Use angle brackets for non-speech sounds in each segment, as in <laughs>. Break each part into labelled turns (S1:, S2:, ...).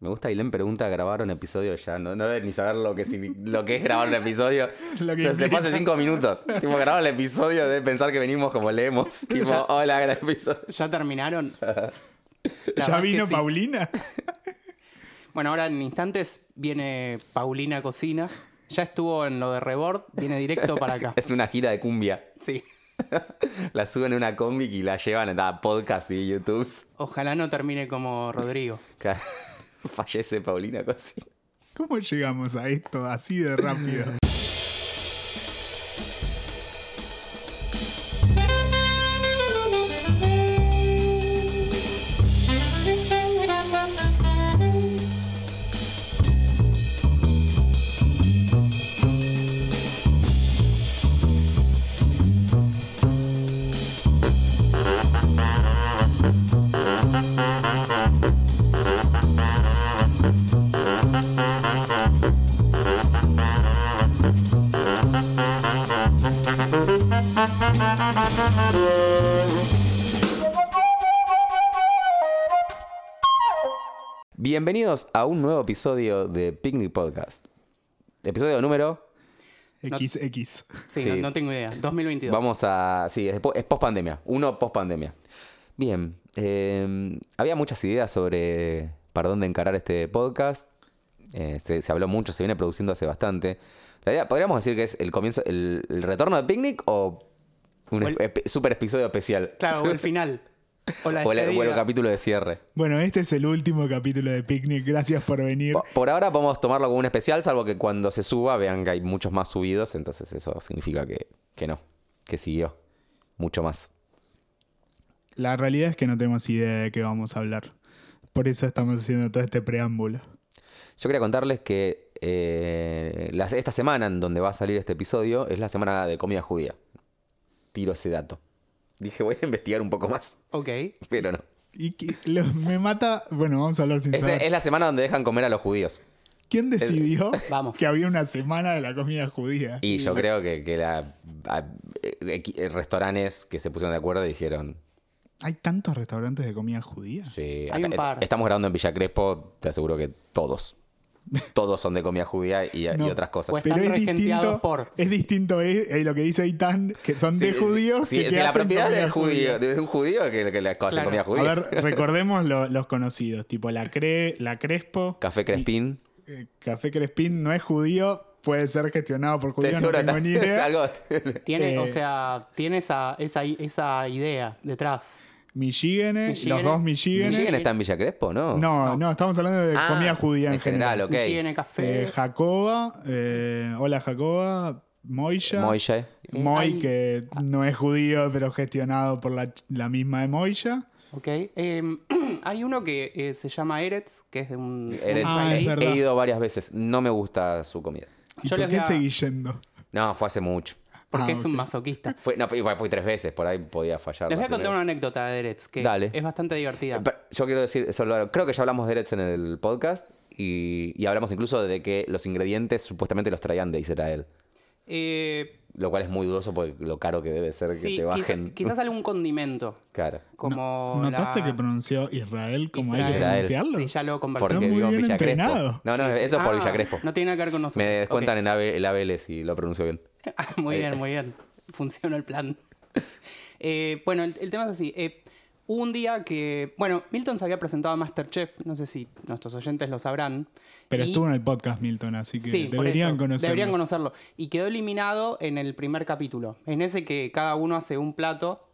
S1: Me gusta Ailén pregunta grabar un episodio ya. No, no debe ni saber lo que, signi- lo que es grabar un episodio.
S2: <laughs> Lo que
S1: Pero se
S2: implica.
S1: pase cinco minutos. tipo, grabar el episodio de pensar que venimos como
S2: <laughs>
S1: leemos. Tipo, hola, gran episodio.
S2: ¿Ya
S1: <laughs>
S2: terminaron? La verdad
S3: ¿Ya
S2: que
S3: vino
S2: sí.
S3: Paulina? <laughs>
S2: Bueno, ahora en instantes viene Paulina Cocina. Ya estuvo en lo de Rebord, viene directo
S1: <laughs>
S2: para acá.
S1: Es una gira de cumbia.
S2: Sí.
S1: La suben en una combi y la llevan a podcast y YouTube.
S2: Ojalá no termine como Rodrigo.
S1: Claro. <laughs> Fallece Paulina Cosina.
S3: ¿Cómo llegamos a esto así
S1: <laughs>
S3: de rápido?
S1: Bienvenidos a un nuevo episodio de Picnic Podcast. Episodio número.
S3: XX.
S2: Sí,
S1: Sí.
S2: No, no tengo idea. 2022.
S1: Vamos a. Sí, es, po- es post pandemia. Uno post pandemia. Bien. eh, había muchas ideas sobre para dónde encarar este podcast. Eh, se, se habló mucho, se viene produciendo hace bastante. La idea, podríamos decir que es el comienzo, el, el retorno de Picnic o un
S2: O el-
S1: espe- super episodio especial. <laughs>
S2: Claro, o el final. O la
S1: O el- o el
S2: despedida.
S1: capítulo de cierre.
S3: Bueno, este es el último capítulo de Picnic. Gracias por venir.
S1: Po- Por ahora podemos tomarlo como un especial, salvo que cuando se suba vean que hay muchos más subidos, entonces eso significa que, que no, que siguió mucho más.
S3: La realidad es que no tenemos idea de qué vamos a hablar. Por eso estamos haciendo todo este preámbulo.
S1: Yo quería contarles que eh, las- esta semana en donde va a salir este episodio es la semana de comida judía. Tiro ese dato. Dije, voy a investigar un poco más,
S2: Ok.
S1: pero no.
S3: Y que- lo- me mata. Bueno, vamos a hablar sin
S1: Es,
S3: saber.
S1: es la semana donde dejan comer a los judíos.
S3: ¿Quién decidió
S2: Vamos.
S3: que había una semana de la comida judía?
S1: Y yo creo que, que la, a- eh, equi- restaurantes que se pusieron de acuerdo y dijeron,
S3: ¿Hay tantos restaurantes de comida judía?
S1: Sí,
S2: Hay
S1: acá-
S2: un par.
S1: estamos grabando en Villa Crespo, te aseguro que
S3: <laughs>
S1: todos. Todos son de comida judía y, y
S3: No.
S1: otras cosas.
S2: Pues- Están regenteados por-
S3: Es distinto eh, eh, lo que dice Itán, que son de
S1: Sí,
S3: judíos.
S1: sí, sí,
S3: que que
S1: la
S3: hacen
S1: propiedad
S3: comida
S1: de,
S3: judía.
S1: judío, de un judío que, que le hace
S2: Claro.
S1: comida
S3: A
S1: judía.
S3: ver, recordemos lo- los conocidos, tipo la, Cre, la Crespo.
S1: Café Crespín.
S3: Eh, Café Crespín no es judío, puede ser gestionado por
S1: Te
S3: judíos, no
S1: aseguro
S3: tengo
S1: <laughs>
S3: ni
S1: que-
S3: idea.
S1: algo-
S3: <laughs>
S2: Tiene, o
S3: Eh.
S2: sea, tiene esa, esa, esa idea detrás.
S3: Michigene,
S2: Michigene.
S3: los dos Michigenes.
S1: ¿Michigan está en Villa Crespo, no?
S3: No, no, estamos hablando de
S1: Ah,
S3: comida judía en, general.
S1: ok.
S2: Michigan Café.
S3: Eh, Jacoba, eh, hola Jacoba, Moya.
S1: Moishe.
S3: Moy,
S2: Hay-
S3: que no es judío, pero gestionado por la, la misma de Moya.
S2: Ok. eh, <clears throat> hay uno que eh, se llama Eretz, que es de un.
S1: Eretz.
S2: un
S3: Ah,
S2: israelí.
S3: es verdad.
S1: He ido varias veces. No me gusta su comida.
S3: ¿Y
S2: Yo
S3: por
S2: les
S3: qué
S2: voy a-
S3: seguís yendo?
S1: No, fue hace mucho.
S3: Ah,
S2: porque es un
S3: ok.
S2: masoquista.
S1: Fue, no, fui, fui tres veces, por ahí podía fallar.
S2: Les voy
S1: la
S2: a contar
S1: primera.
S2: una anécdota de Eretz, que
S1: Dale.
S2: es bastante divertida.
S1: Pero Yo quiero decir, solo- creo que ya hablamos de Eretz en el podcast y, y hablamos incluso de que los ingredientes supuestamente los traían de Israel.
S2: Eh,
S1: Lo cual es muy dudoso porque lo caro que debe ser que
S2: sí,
S1: te
S2: quizá-
S1: bajen.
S2: quizás algún condimento.
S1: <laughs> Claro.
S2: Como
S3: ¿Notaste
S2: la-
S3: que pronunció Israel como hay que
S2: Israel.
S3: pronunciarlo?
S2: Sí, ya lo convertí.
S1: Porque
S3: muy
S1: vivo en
S3: bien
S1: Villa Crespo.
S3: entrenado.
S1: No, no, eso es por
S2: Ah,
S1: Villa Crespo.
S2: No tiene nada que ver con
S1: Me
S2: nosotros.
S1: descuentan Eh. en AB el ABL si lo pronuncio bien.
S2: Ok. <laughs> Ah, muy bien, muy bien. Funciona
S1: <laughs>
S2: el plan. Eh, bueno, el, el tema es así. eh, hubo un día que. Bueno, Milton se había presentado a Masterchef. No sé si nuestros oyentes lo sabrán.
S3: Pero
S2: y-
S3: estuvo en el podcast Milton, así que
S2: Sí, por
S3: deberían
S2: eso,
S3: conocerlo.
S2: Deberían conocerlo. Y quedó eliminado en el primer capítulo. En ese que cada uno hace un plato.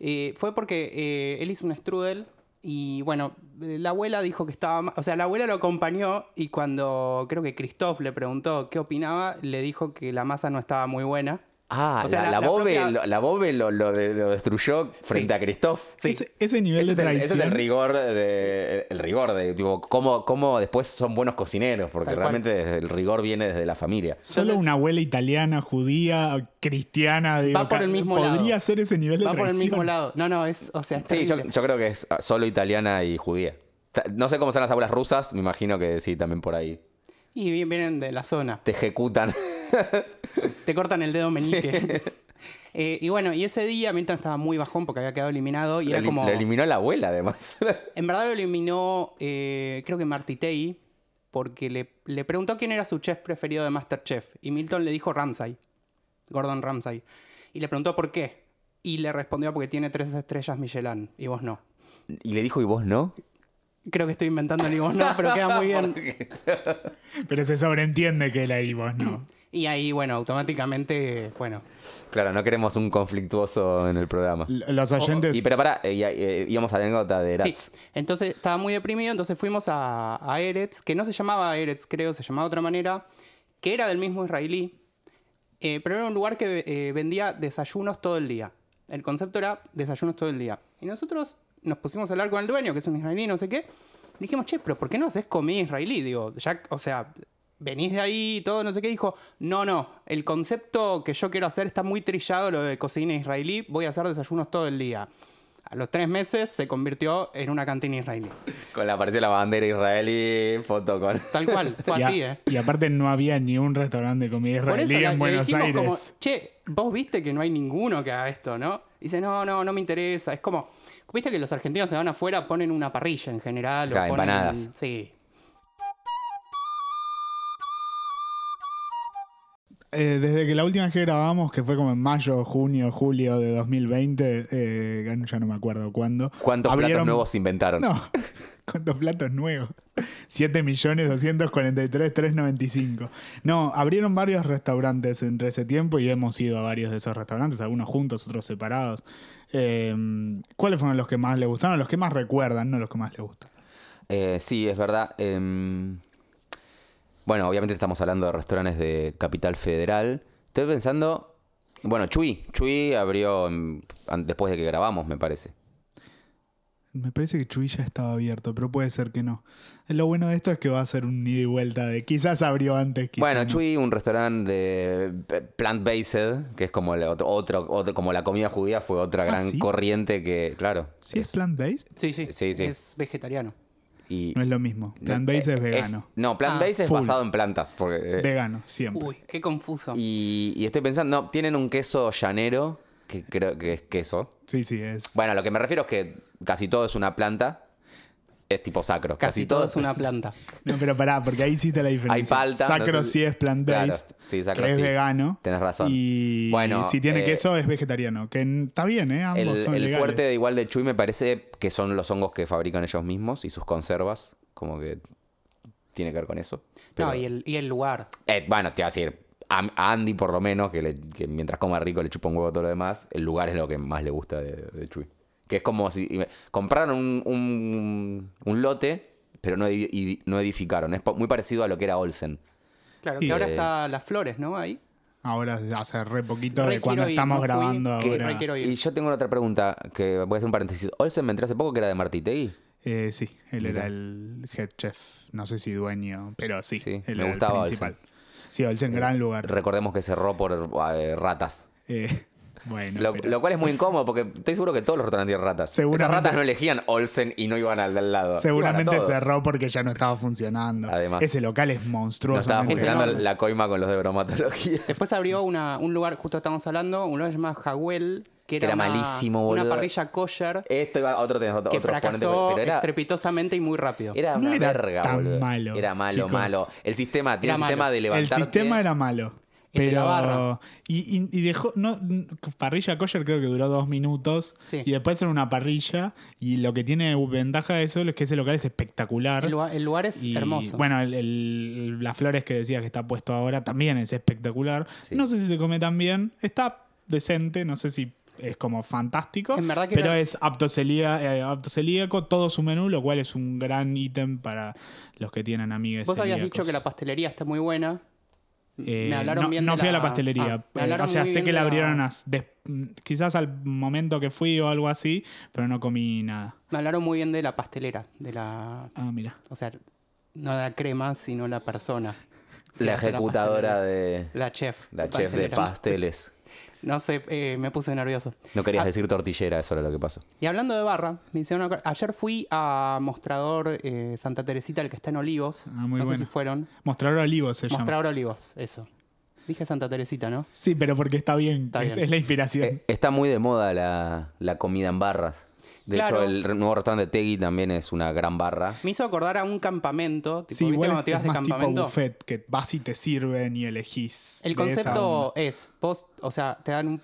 S2: Eh, fue porque eh, él hizo un strudel. Y bueno, eh, la abuela dijo que estaba ma- O sea, la abuela lo acompañó. Y cuando creo que Christoph le preguntó qué opinaba, le dijo que la masa no estaba muy buena.
S1: Ah,
S2: O sea,
S1: la, la, Bobe,
S2: propia-
S1: lo, la Bobe lo, lo de- lo destruyó frente a Christoph.
S2: Sí.
S3: Ese, ese nivel
S1: Ese
S3: de
S1: es, el, ese es
S3: traición.
S1: el rigor de, el rigor de tipo, cómo, cómo después son buenos cocineros, porque
S2: Tal cual.
S1: realmente desde- el rigor viene desde la familia.
S3: Solo
S2: Entonces-
S3: una abuela italiana, judía, cristiana. Digo,
S2: por
S3: ca-
S2: el mismo
S3: Podría
S2: lado.
S3: ser ese nivel de
S2: Va por el
S3: traición.
S2: mismo lado. No, no, es. O sea, es
S1: Sí, yo,
S2: terrible.
S1: yo creo que es ah, solo italiana y judía. O sea, No sé cómo son las abuelas rusas, me imagino que sí, también por ahí.
S2: Y bien- vienen de la zona.
S1: Te ejecutan.
S2: Te cortan el dedo meñique. <laughs> Eh, y bueno, y ese día Milton estaba muy bajón porque había quedado eliminado y
S1: Lo <laughs>
S2: era
S1: elim-
S2: como...
S1: Lo eliminó la abuela,
S2: <laughs>
S1: además.
S2: En verdad lo eliminó, eh, creo que Martitei, porque le, le preguntó quién era su chef preferido de Masterchef. Y Milton le dijo Ramsay, Gordon Ramsay. Y le preguntó por qué. Y le respondió porque tiene tres estrellas Michelin. Y vos no.
S1: y le dijo, ¿y vos no?
S2: Creo que estoy inventando y vos no, pero queda muy bien.
S3: Pero se sobreentiende que la y vos
S2: <clears throat>
S3: no.
S2: Y ahí, bueno, automáticamente, bueno.
S1: <laughs> Claro, no queremos un conflictuoso en el programa.
S3: L- Los oyentes.
S1: Y pero pará, eh, ya, eh, íbamos a la anécdota de
S2: Sí,
S1: Eratz.
S2: entonces estaba muy deprimido, entonces fuimos a, a Eretz, que no se llamaba Eretz, creo, se llamaba de otra manera, que era del mismo israelí, eh, pero era un lugar que eh, vendía desayunos todo el día. El concepto era desayunos todo el día. Y nosotros nos pusimos a hablar con el dueño, que es un israelí, no sé qué. Y dijimos, che, pero ¿por qué no haces comida israelí? Digo, ya, o sea, venís de ahí y todo, no sé qué. Dijo, no, no, el concepto que yo quiero hacer está muy trillado, lo de cocina israelí, voy a hacer desayunos todo el día. A los tres meses se convirtió en una cantina israelí.
S1: Con la apareció la bandera israelí, foto con.
S2: Tal
S3: <laughs>
S2: cual, fue
S3: y, a-
S2: así, ¿eh?
S3: y aparte no había ni un restaurante de comida
S2: Por eso
S3: israelí
S2: la-
S3: en
S2: le
S3: Buenos
S2: dijimos
S3: Aires.
S2: como, che, vos viste que no hay ninguno que haga esto, ¿no? Dice, no, no, no me interesa. Es como, viste que los argentinos se van afuera, ponen una parrilla en general.
S1: Claro,
S2: o ponen,
S1: empanadas.
S2: Sí.
S3: Eh, desde que la última vez que grabamos, que fue como en mayo, junio, julio de 2020, eh, ya no me acuerdo cuándo.
S1: ¿Cuántos platos
S3: abrieron-
S1: nuevos inventaron?
S3: No, <laughs> ¿cuántos platos nuevos? 7.243.395. No, abrieron varios restaurantes entre ese tiempo y hemos ido a varios de esos restaurantes, algunos juntos, otros separados. Eh, ¿Cuáles fueron los que más les gustaron? Los que más recuerdan, no los que más les gustan.
S1: Eh, sí, es verdad. em, bueno, obviamente estamos hablando de restaurantes de Capital Federal. Estoy pensando. Bueno, Chuy. Chuy abrió em, an- después de que grabamos, me parece.
S3: Me parece que Chuy ya estaba abierto, pero puede ser que no. Lo bueno de esto es que va a ser un ida y vuelta de quizás abrió antes, quizás.
S1: bueno,
S3: no.
S1: Chuy, un restaurante de eh, plant-based, que es como, el otro, otro- otro- como la comida judía, fue otra
S3: Ah,
S1: gran
S3: ¿sí?
S1: corriente que, claro.
S3: ¿Sí es plant-based?
S2: Sí, sí.
S1: Sí, sí.
S2: Es vegetariano.
S1: y-
S3: No es lo mismo.
S1: no,
S3: Plant-based
S1: eh,
S3: es vegano. Ah,
S1: no, plant-based es
S3: full.
S1: basado en plantas. Porque, eh,
S3: Vegano, siempre.
S2: Uy, qué confuso.
S1: y, y estoy pensando, no, tienen un queso llanero, que creo que es queso.
S3: Sí, sí, es.
S1: Bueno, lo que me refiero es que casi todo es una planta. Es tipo sacro.
S2: Casi todo es una
S1: <laughs>
S2: planta.
S3: No, pero pará, porque ahí sí está la diferencia.
S1: Hay palta,
S3: Sacro
S1: no sé-
S3: sí es plant-based.
S1: Claro, sí, sacro
S3: que es
S1: sí.
S3: vegano.
S1: Tenés razón.
S3: Y
S1: Bueno,
S3: si tiene
S1: eh,
S3: queso es vegetariano. Que n- está bien, ¿eh? Ambos
S1: El,
S3: son
S1: el
S3: legales.
S1: fuerte de igual de Chuy me parece que son los hongos que fabrican ellos mismos y sus conservas. Como que tiene que ver con eso. Pero-
S2: No, y el, y el lugar.
S1: Eh, bueno, te iba a decir, a, a Andy por lo menos, que, le- que mientras coma rico le chupa un huevo todo lo demás, el lugar es lo que más le gusta de, de Chuy. Que es como si y- compraron un, un- un lote, pero no, edi- y- no edificaron. Es po- muy parecido a lo que era Olsen.
S2: Claro,
S3: Sí.
S2: que ahora
S1: Eh.
S2: está las flores, ¿no? Ahí.
S3: Ahora hace re poquito
S2: Re
S3: de cuando
S2: quiero ir,
S3: estamos
S2: no fui,
S3: grabando
S2: que
S3: ahora.
S2: re quiero ir.
S1: Y yo tengo otra pregunta, que voy a hacer un paréntesis. Olsen me entré hace poco que era de Martitegui.
S3: Eh, sí, él
S1: Mira.
S3: era el head chef. No sé si dueño, pero sí.
S1: Sí,
S3: él
S1: me
S3: era el
S1: gustaba Eh,
S3: principal. Sí, Olsen, gran lugar.
S1: Recordemos que cerró por eh, ratas.
S3: Eh, bueno,
S1: Lo,
S3: pero
S1: lo cual es muy incómodo porque estoy seguro que todos los restaurantes tienen ratas. Esas
S3: Seguramente-
S1: ratas no elegían Olsen y no iban al de al lado.
S3: seguramente
S1: Iban a todos.
S3: cerró porque ya no estaba funcionando.
S1: Además.
S3: Ese local es
S1: No
S3: monstruoso.
S1: estaba funcionando
S2: enorme.
S1: la coima con los de bromatología.
S2: Después abrió una- un lugar, justo estamos hablando, un lugar llamado Jawel, que era,
S1: era
S2: una-
S1: malísimo,
S2: Una
S1: boludo.
S2: parrilla kosher
S1: <laughs> Esto iba a otro, tenés otro,
S2: que
S1: otro exponente,
S2: fracasó
S1: pero era,
S2: estrepitosamente y muy rápido.
S1: era
S3: No
S1: una
S3: era
S1: verga,
S3: tan
S1: boludo.
S3: malo,
S1: Era malo,
S3: chicos.
S1: malo. El sistema, tiene
S2: Era
S1: un sistema
S2: malo.
S1: de levantarte.
S3: El sistema era malo.
S2: El de la
S3: Pero.
S2: barra.
S3: Y, y- y dejó. No, n- parrilla Kosher creo que duró dos minutos.
S2: Sí.
S3: Y después era una parrilla. Y lo que tiene ventaja de eso es que ese local es espectacular.
S2: El, lugar, el lugar es
S3: Y,
S2: hermoso.
S3: Bueno, el- el- las flores que decías que está puesto ahora también es espectacular.
S1: Sí.
S3: No sé si se come tan bien. Está decente, no sé si es como fantástico.
S2: En verdad que
S3: pero
S2: era-
S3: es apto celía- eh, apto celíaco todo su menú, lo cual es un gran ítem para los que tienen amigues.
S2: Vos habías dicho
S3: celíacos.
S2: que la pastelería está muy buena.
S3: Eh,
S2: me hablaron
S3: no,
S2: bien
S3: no
S2: de
S3: fui a
S2: la-
S3: la pastelería.
S2: Ah, me
S3: Eh,
S2: hablaron
S3: o sea,
S2: muy
S3: sé
S2: bien
S3: que la
S2: de la-
S3: abrieron as- des- mm, quizás al momento que fui o algo así, pero no comí nada.
S2: Me hablaron muy bien de la pastelera, de la.
S3: Ah, mira.
S2: O sea, no la crema, sino la persona. que
S1: La
S2: hace la
S1: ejecutadora de.
S2: La chef.
S1: La chef de
S2: pastelera.
S1: pasteles.
S2: No sé, eh, me puse nervioso.
S1: No querías
S3: Ah.
S1: decir tortillera, eso era lo que pasó.
S2: Y hablando de barra, me hicieron acordar- Ayer fui a Mostrador eh, Santa Teresita, el que está en Olivos.
S3: Ah, muy
S2: no
S3: bueno.
S2: sé si fueron.
S3: Mostrador Olivos se llama.
S2: Mostrador Olivos, eso. Dije Santa Teresita, ¿no?
S3: Sí, pero porque está bien.
S2: Está
S3: es,
S2: bien.
S3: es la inspiración.
S1: Eh, está muy de moda la, la comida en barras. De
S2: Claro.
S1: hecho, el re- nuevo restaurante de Tegui también es una gran barra.
S2: Me hizo acordar a un campamento. Tipo,
S3: sí,
S2: ¿viste
S3: igual
S2: cuando
S3: es,
S2: te ibas
S3: es
S2: de
S3: más tipo
S2: campamento?
S3: buffet, que vas y te sirven y elegís.
S2: El
S3: de esa onda.
S2: concepto es, vos, o sea, te dan un-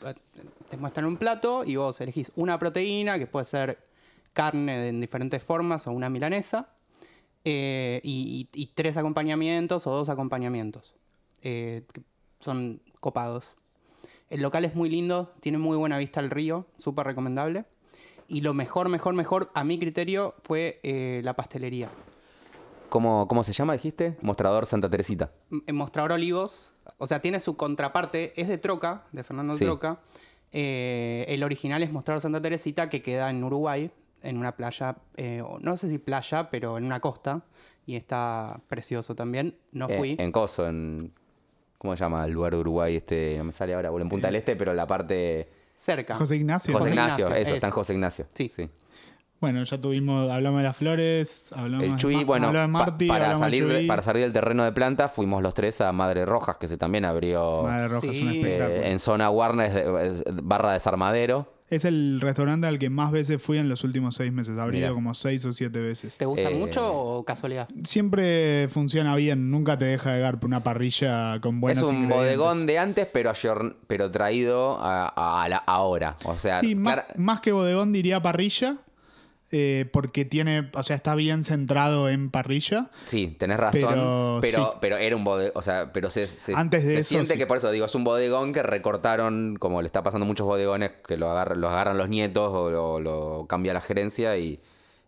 S2: te muestran un plato y vos elegís una proteína, que puede ser carne de- en diferentes formas o una milanesa, eh, y, y- y tres acompañamientos o dos acompañamientos. eh, que son copados. El local es muy lindo, tiene muy buena vista al río, súper recomendable. Y lo mejor, mejor, mejor, a mi criterio, fue eh, la pastelería.
S1: ¿Cómo, ¿Cómo se llama, dijiste? Mostrador Santa Teresita.
S2: M- Mostrador Olivos, o sea, tiene su contraparte, es de Troca, de Fernando
S1: Sí.
S2: Troca. Eh, el original es Mostrador Santa Teresita, que queda en Uruguay, en una playa, eh, o no sé si playa, pero en una costa, y está precioso también. No
S1: Eh,
S2: fui.
S1: En Coso, en. ¿Cómo se llama el lugar de Uruguay? Este, no me sale ahora, boludo, en Punta del Este, pero la parte.
S2: cerca.
S3: Eh, José Ignacio.
S1: José Ignacio,
S2: Ignacio,
S1: eso,
S2: es.
S1: está en José Ignacio.
S2: Sí.
S3: Bueno, ya tuvimos, hablamos de las flores, hablamos
S1: El Chuy,
S3: de, Ma-
S1: bueno,
S3: hablamos de
S1: pa-
S3: Marty,
S1: para,
S3: hablamos de
S1: salir, de-
S3: Chuy.
S1: para salir del terreno de planta, fuimos los tres a Madre Rojas, que se también abrió
S3: Madre Roja es un
S2: Sí.
S3: espectáculo.
S1: eh, en zona Warner, es de- es barra desarmadero.
S3: es el restaurante al que más veces fui en los últimos seis meses. Ha abrido
S1: Mirá.
S3: como seis o siete veces.
S2: ¿Te gusta
S1: Eh,
S2: mucho o casualidad?
S3: Siempre funciona bien, nunca te deja de dar una parrilla con buenos
S1: es un
S3: ingredientes.
S1: bodegón de antes, pero, ayor- pero traído a, a la ahora. O sea,
S3: Sí, más,
S1: clara-
S3: más que bodegón diría parrilla, eh, porque tiene, o sea, está bien centrado en parrilla.
S1: sí, tenés razón. Pero,
S3: Pero
S1: pero,
S3: sí.
S1: era un bodegón. O sea, pero se, se-
S3: Antes de
S1: se
S3: eso,
S1: siente
S3: sí.
S1: que por eso digo, es un bodegón que recortaron, como le está pasando a muchos bodegones, que lo agarran, los agarran los nietos o lo, lo cambia la gerencia y,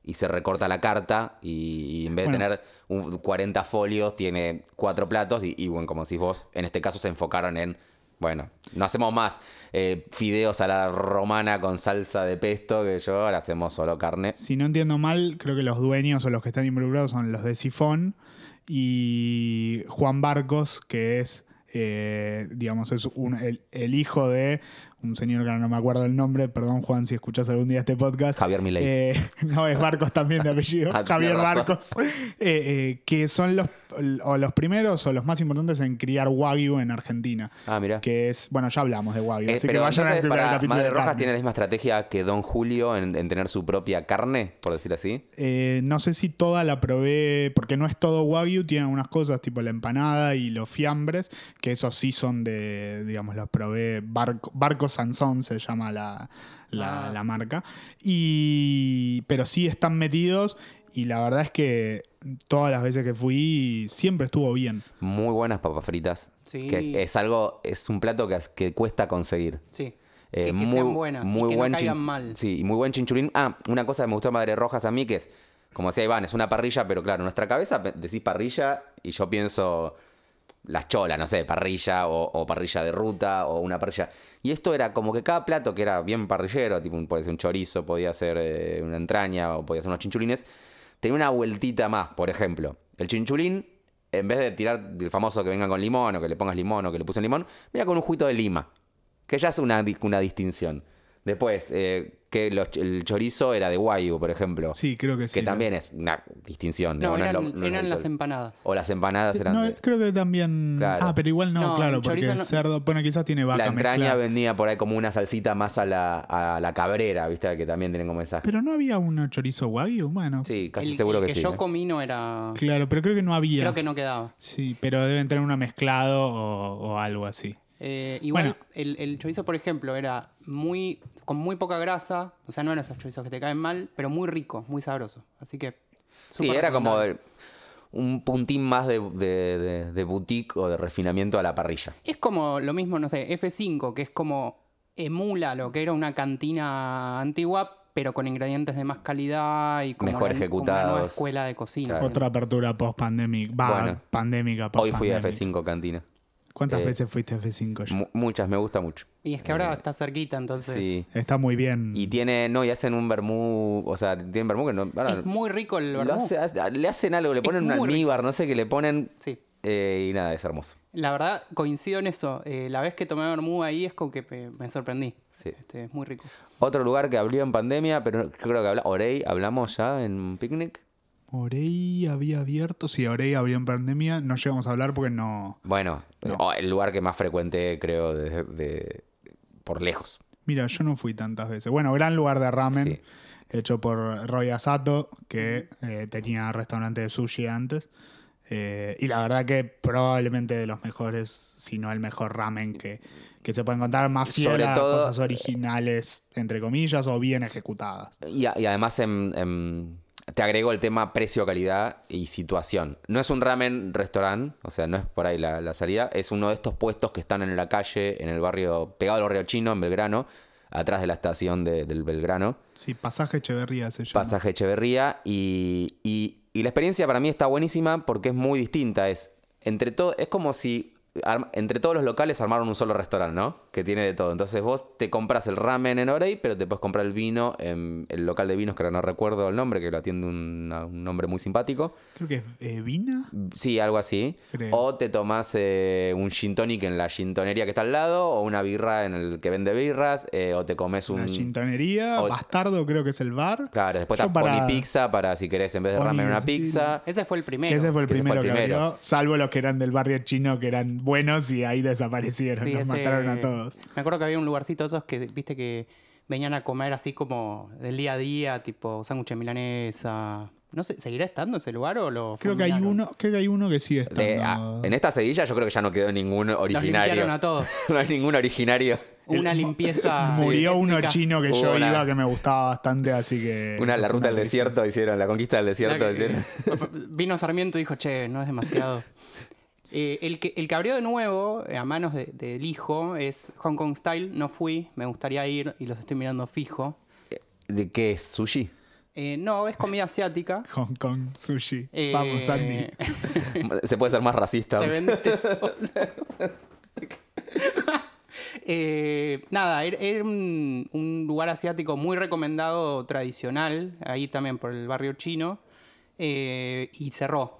S1: y se recorta la carta. Y, y en vez de
S3: Bueno.
S1: tener un- 40 folios, tiene cuatro platos. Y, y bueno, como decís vos, en este caso se enfocaron en. Bueno, no hacemos más eh, fideos a la romana con salsa de pesto que yo, ahora hacemos solo carne.
S3: Si no entiendo mal, creo que los dueños o los que están involucrados son los de Sifón y Juan Barcos, que es, eh, digamos, es un- el, el hijo de un señor que ahora no me acuerdo el nombre, perdón Juan si escuchas algún día este podcast.
S1: Javier Milei.
S3: Eh, <laughs> no, es Barcos también de apellido.
S1: <laughs> Ah, tenés
S3: Javier
S1: razón.
S3: Barcos. Eh, eh, que son los, o los primeros o los más importantes en criar Wagyu en Argentina.
S1: Ah, mirá.
S3: Que es, bueno, ya hablamos de Wagyu,
S1: Eh,
S3: así que
S1: pero
S3: vayan a
S1: entonces,
S3: escuchar el
S1: para,
S3: capítulo
S1: Madre
S3: de
S1: Rojas
S3: carne.
S1: tiene la misma estrategia que Don Julio en, en tener su propia carne, por decir así.
S3: Eh, no sé si toda la probé, porque no es todo Wagyu, tiene algunas cosas tipo la empanada y los fiambres, que esos sí son de, digamos, los probé, Barco, Barco Sansón se llama la, la-
S2: Ah.
S3: la marca, y, pero sí están metidos y la verdad es que todas las veces que fui siempre estuvo bien.
S1: Muy buenas papas fritas.
S2: Sí.
S1: Que es algo, es un plato que, que cuesta conseguir.
S2: Sí.
S1: Eh,
S2: que, que
S1: muy,
S2: sean buenas, y
S1: muy
S2: que
S1: buen
S2: no caigan
S1: chin-
S2: mal.
S1: Sí, y muy buen chinchulín. Ah, una cosa que me gustó de Madre Rojas a mí que es, como decía Iván, es una parrilla, pero claro, en nuestra cabeza pe- decís parrilla y yo pienso las cholas, no sé, parrilla o, o parrilla de ruta o una parrilla. Y esto era como que cada plato que era bien parrillero, tipo un- podía ser un chorizo, podía ser eh, una entraña o podía ser unos chinchulines, tenía una vueltita más, por ejemplo. El chinchulín, en vez de tirar el famoso que venga con limón o que le pongas limón o que le puse limón, venía con un juguito de lima, que ya es una, di- una distinción. Después, eh, que los ch- el chorizo era de guayu, por ejemplo.
S3: Sí, creo que sí.
S1: que también es una distinción.
S2: No,
S1: digamos, es
S2: eran,
S1: lo- no es lo
S2: eran las
S1: habitual.
S2: em- empanadas.
S1: O las empanadas eran...
S3: Eh, No,
S1: de-
S3: creo que también...
S1: Claro.
S3: Ah, pero igual no,
S2: No,
S3: claro,
S2: el
S3: porque
S2: chorizo
S3: el
S2: no-
S3: cerdo, bueno, quizás tiene vaca
S1: la entraña
S3: mezclada.
S1: venía por ahí como una salsita más a la, a la cabrera, ¿viste? Que también tienen como esa.
S3: Pero no había un chorizo Wagyu, bueno.
S1: Sí, casi
S2: Mm. El-
S1: seguro
S2: el
S1: que, sí.
S2: yo
S1: ¿eh?
S2: comí no era...
S3: Claro, pero creo que no había.
S2: Creo que no quedaba.
S3: Sí, pero deben tener uno mezclado o, o algo así.
S2: Eh, igual
S3: Bueno.
S2: el, el chorizo, por ejemplo, era muy con muy poca grasa, o sea, no eran esos chorizos que te caen mal, pero muy rico, muy sabroso. Así que
S1: Sí,
S2: súper
S1: era como
S2: recomendable.
S1: el- un puntín más de, de- de- de boutique o de refinamiento a la parrilla.
S2: es como lo mismo, no sé, F5, que es como emula lo que era una cantina antigua, pero con ingredientes de más calidad y como
S1: Mejor
S2: una- como una nueva
S1: ejecutados.
S2: escuela de cocina.
S1: Claro.
S3: Otra apertura post pandémica. Va,
S1: Ah, Bueno.
S3: pandémica post
S1: Hoy fui a F5 Cantina.
S3: ¿Cuántas
S1: Eh,
S3: veces fuiste a F5 ya?
S1: Mu- muchas, me gusta mucho.
S2: Y es que ahora está cerquita, entonces
S1: Eh,
S2: mm.
S1: Sí.
S3: Está muy bien.
S1: Y tiene, no, y hacen un vermú, o sea, tienen vermú que no. ahora
S2: es muy rico el
S1: lo
S2: vermú.
S1: hace- hace- le hacen algo, le ponen un
S2: muy rico.
S1: almíbar, no sé qué le ponen.
S2: Sí.
S1: eh, y nada, es hermoso.
S2: La verdad, coincido en eso. Eh, la vez que tomé vermú ahí es con que pe- me sorprendí.
S1: Sí.
S2: Este, es muy rico.
S1: Otro lugar que abrió en pandemia, pero creo que habla, Orey, hablamos ya en picnic.
S3: Orey había abierto. Sí, Orey abrió en pandemia. No llegamos a hablar porque no.
S1: Bueno, oh, el lugar que más frecuente, creo, de, de- por lejos.
S3: Mira, yo no fui tantas veces. Bueno, gran lugar de ramen.
S1: Sí.
S3: Hecho por Roy Asato, que eh, tenía restaurante de sushi antes. Eh, y la verdad que probablemente de los mejores, si no el mejor ramen que, que se puede encontrar, más fiel
S1: Sobre
S3: a
S1: todo-
S3: cosas originales, entre comillas, o bien ejecutadas.
S1: Y, a- y además em, em, te agrego el tema precio-calidad y situación. No es un ramen restaurante, o sea, no es por ahí la, la salida. Es uno de estos puestos que están en la calle, en el barrio, pegado al barrio chino, en Belgrano, atrás de la estación de- del Belgrano.
S3: Sí, pasaje Echeverría se llama.
S1: Pasaje Echeverría. Y, y- y la experiencia para mí está buenísima porque es muy distinta. Es, entre todo, es como si arm- entre todos los locales armaron un solo restaurante, ¿no? Que tiene de todo. Entonces vos te compras el ramen en Orey, pero te puedes comprar el vino en el local de vinos, que ahora no recuerdo el nombre, que lo atiende una- un hombre muy simpático.
S3: Creo que es eh, Vina.
S1: Sí, algo así.
S3: Creo.
S1: O te tomás eh, un gin tonic en la gintonería que está al lado, o una birra en el que vende birras, eh, o te comes un...
S3: La chintonería.
S1: o-
S3: Bastardo creo que es el bar.
S1: Claro, después
S3: Yo
S1: está Pony Pizza para si querés en vez de
S3: Pony
S1: ramen una
S3: es-
S1: pizza.
S2: Ese fue el
S3: Que
S2: primero.
S3: ese fue el
S1: que ese fue
S3: primero
S1: el
S3: que
S1: primero.
S3: abrió, salvo los que eran del barrio chino que eran buenos y ahí desaparecieron,
S2: Sí,
S3: los
S2: ese-
S3: mataron a todos.
S2: Me acuerdo que había un lugarcito de esos que, viste, que venían a comer así como del día a día, tipo sándwiches milanesa. No sé, ¿seguirá estando ese lugar o lo
S3: Creo que hay
S2: fulminaron?
S3: uno, creo que hay uno que sigue
S1: De-
S3: estando.
S1: a- en esta sedilla yo creo que ya no quedó ningún
S2: Los
S1: originario.
S2: limpiaron a todos.
S1: <laughs> no hay ningún originario.
S3: <laughs>
S2: Una limpieza.
S3: Ah, Murió
S2: sí,
S3: uno
S2: étnica.
S3: chino que yo
S1: Hubo una-
S3: iba que me gustaba bastante, así que.
S1: Una,
S3: Eh, eso
S1: la
S3: fue
S1: ruta del
S3: <laughs> tristeza.
S1: desierto hicieron, la conquista del
S2: Mirá
S1: desierto
S2: que-
S1: hicieron.
S2: <laughs> vino Sarmiento y dijo, che, no es demasiado. Eh, el, que, el que abrió de nuevo, eh, a manos de- del hijo, es Hong Kong Style. No fui, me gustaría ir y los estoy mirando fijo.
S1: ¿De qué es? ¿Sushi?
S2: Eh, no, es comida asiática.
S3: Hong Kong sushi.
S2: Eh,
S3: Vamos,
S2: <laughs>
S3: Andy.
S1: Se puede ser más racista.
S2: Te vendiste
S1: <laughs>
S2: Eh, nada, era, era un, un lugar asiático muy recomendado, tradicional, ahí también por el barrio chino, eh, y cerró.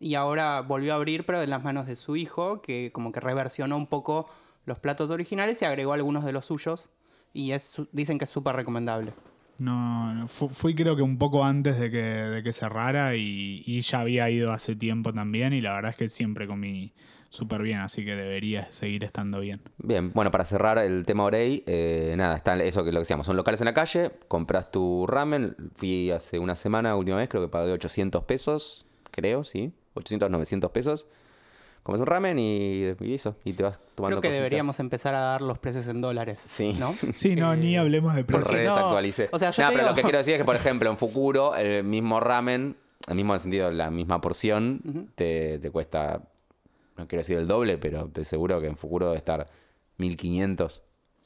S2: Y ahora volvió a abrir, pero en las manos de su hijo, que como que reversionó un poco los platos originales y agregó algunos de los suyos. Y es, su- dicen que es súper recomendable.
S3: No, no, fu- fui creo que un poco antes de que, de que cerrara y, y ya había ido hace tiempo también y la verdad es que siempre comí súper bien, así que debería seguir estando bien.
S1: Bien, bueno, para cerrar el tema Orey, eh, nada, está eso que lo que decíamos, son locales en la calle, compras tu ramen, fui hace una semana, última vez, creo que pagué 800 pesos, creo, sí, 800, 900 pesos, comes un ramen y, y eso, y te vas tomando
S2: Creo que
S1: cositas.
S2: deberíamos empezar a dar los precios en dólares.
S1: Sí. <laughs>
S2: ¿no?
S3: Sí, no, ni hablemos de
S1: Eh, Por
S3: precios.
S2: Porque
S1: redes
S2: no-
S1: actualicé.
S2: o sea, yo
S1: Nah,
S2: te
S1: pero
S2: digo-
S1: lo que quiero decir
S2: <laughs>
S1: es que, por ejemplo, en Fukuro, el mismo ramen, el mismo en el sentido, la misma porción, te, te cuesta, no quiero decir el doble, pero te seguro que en Fukuro debe estar 1500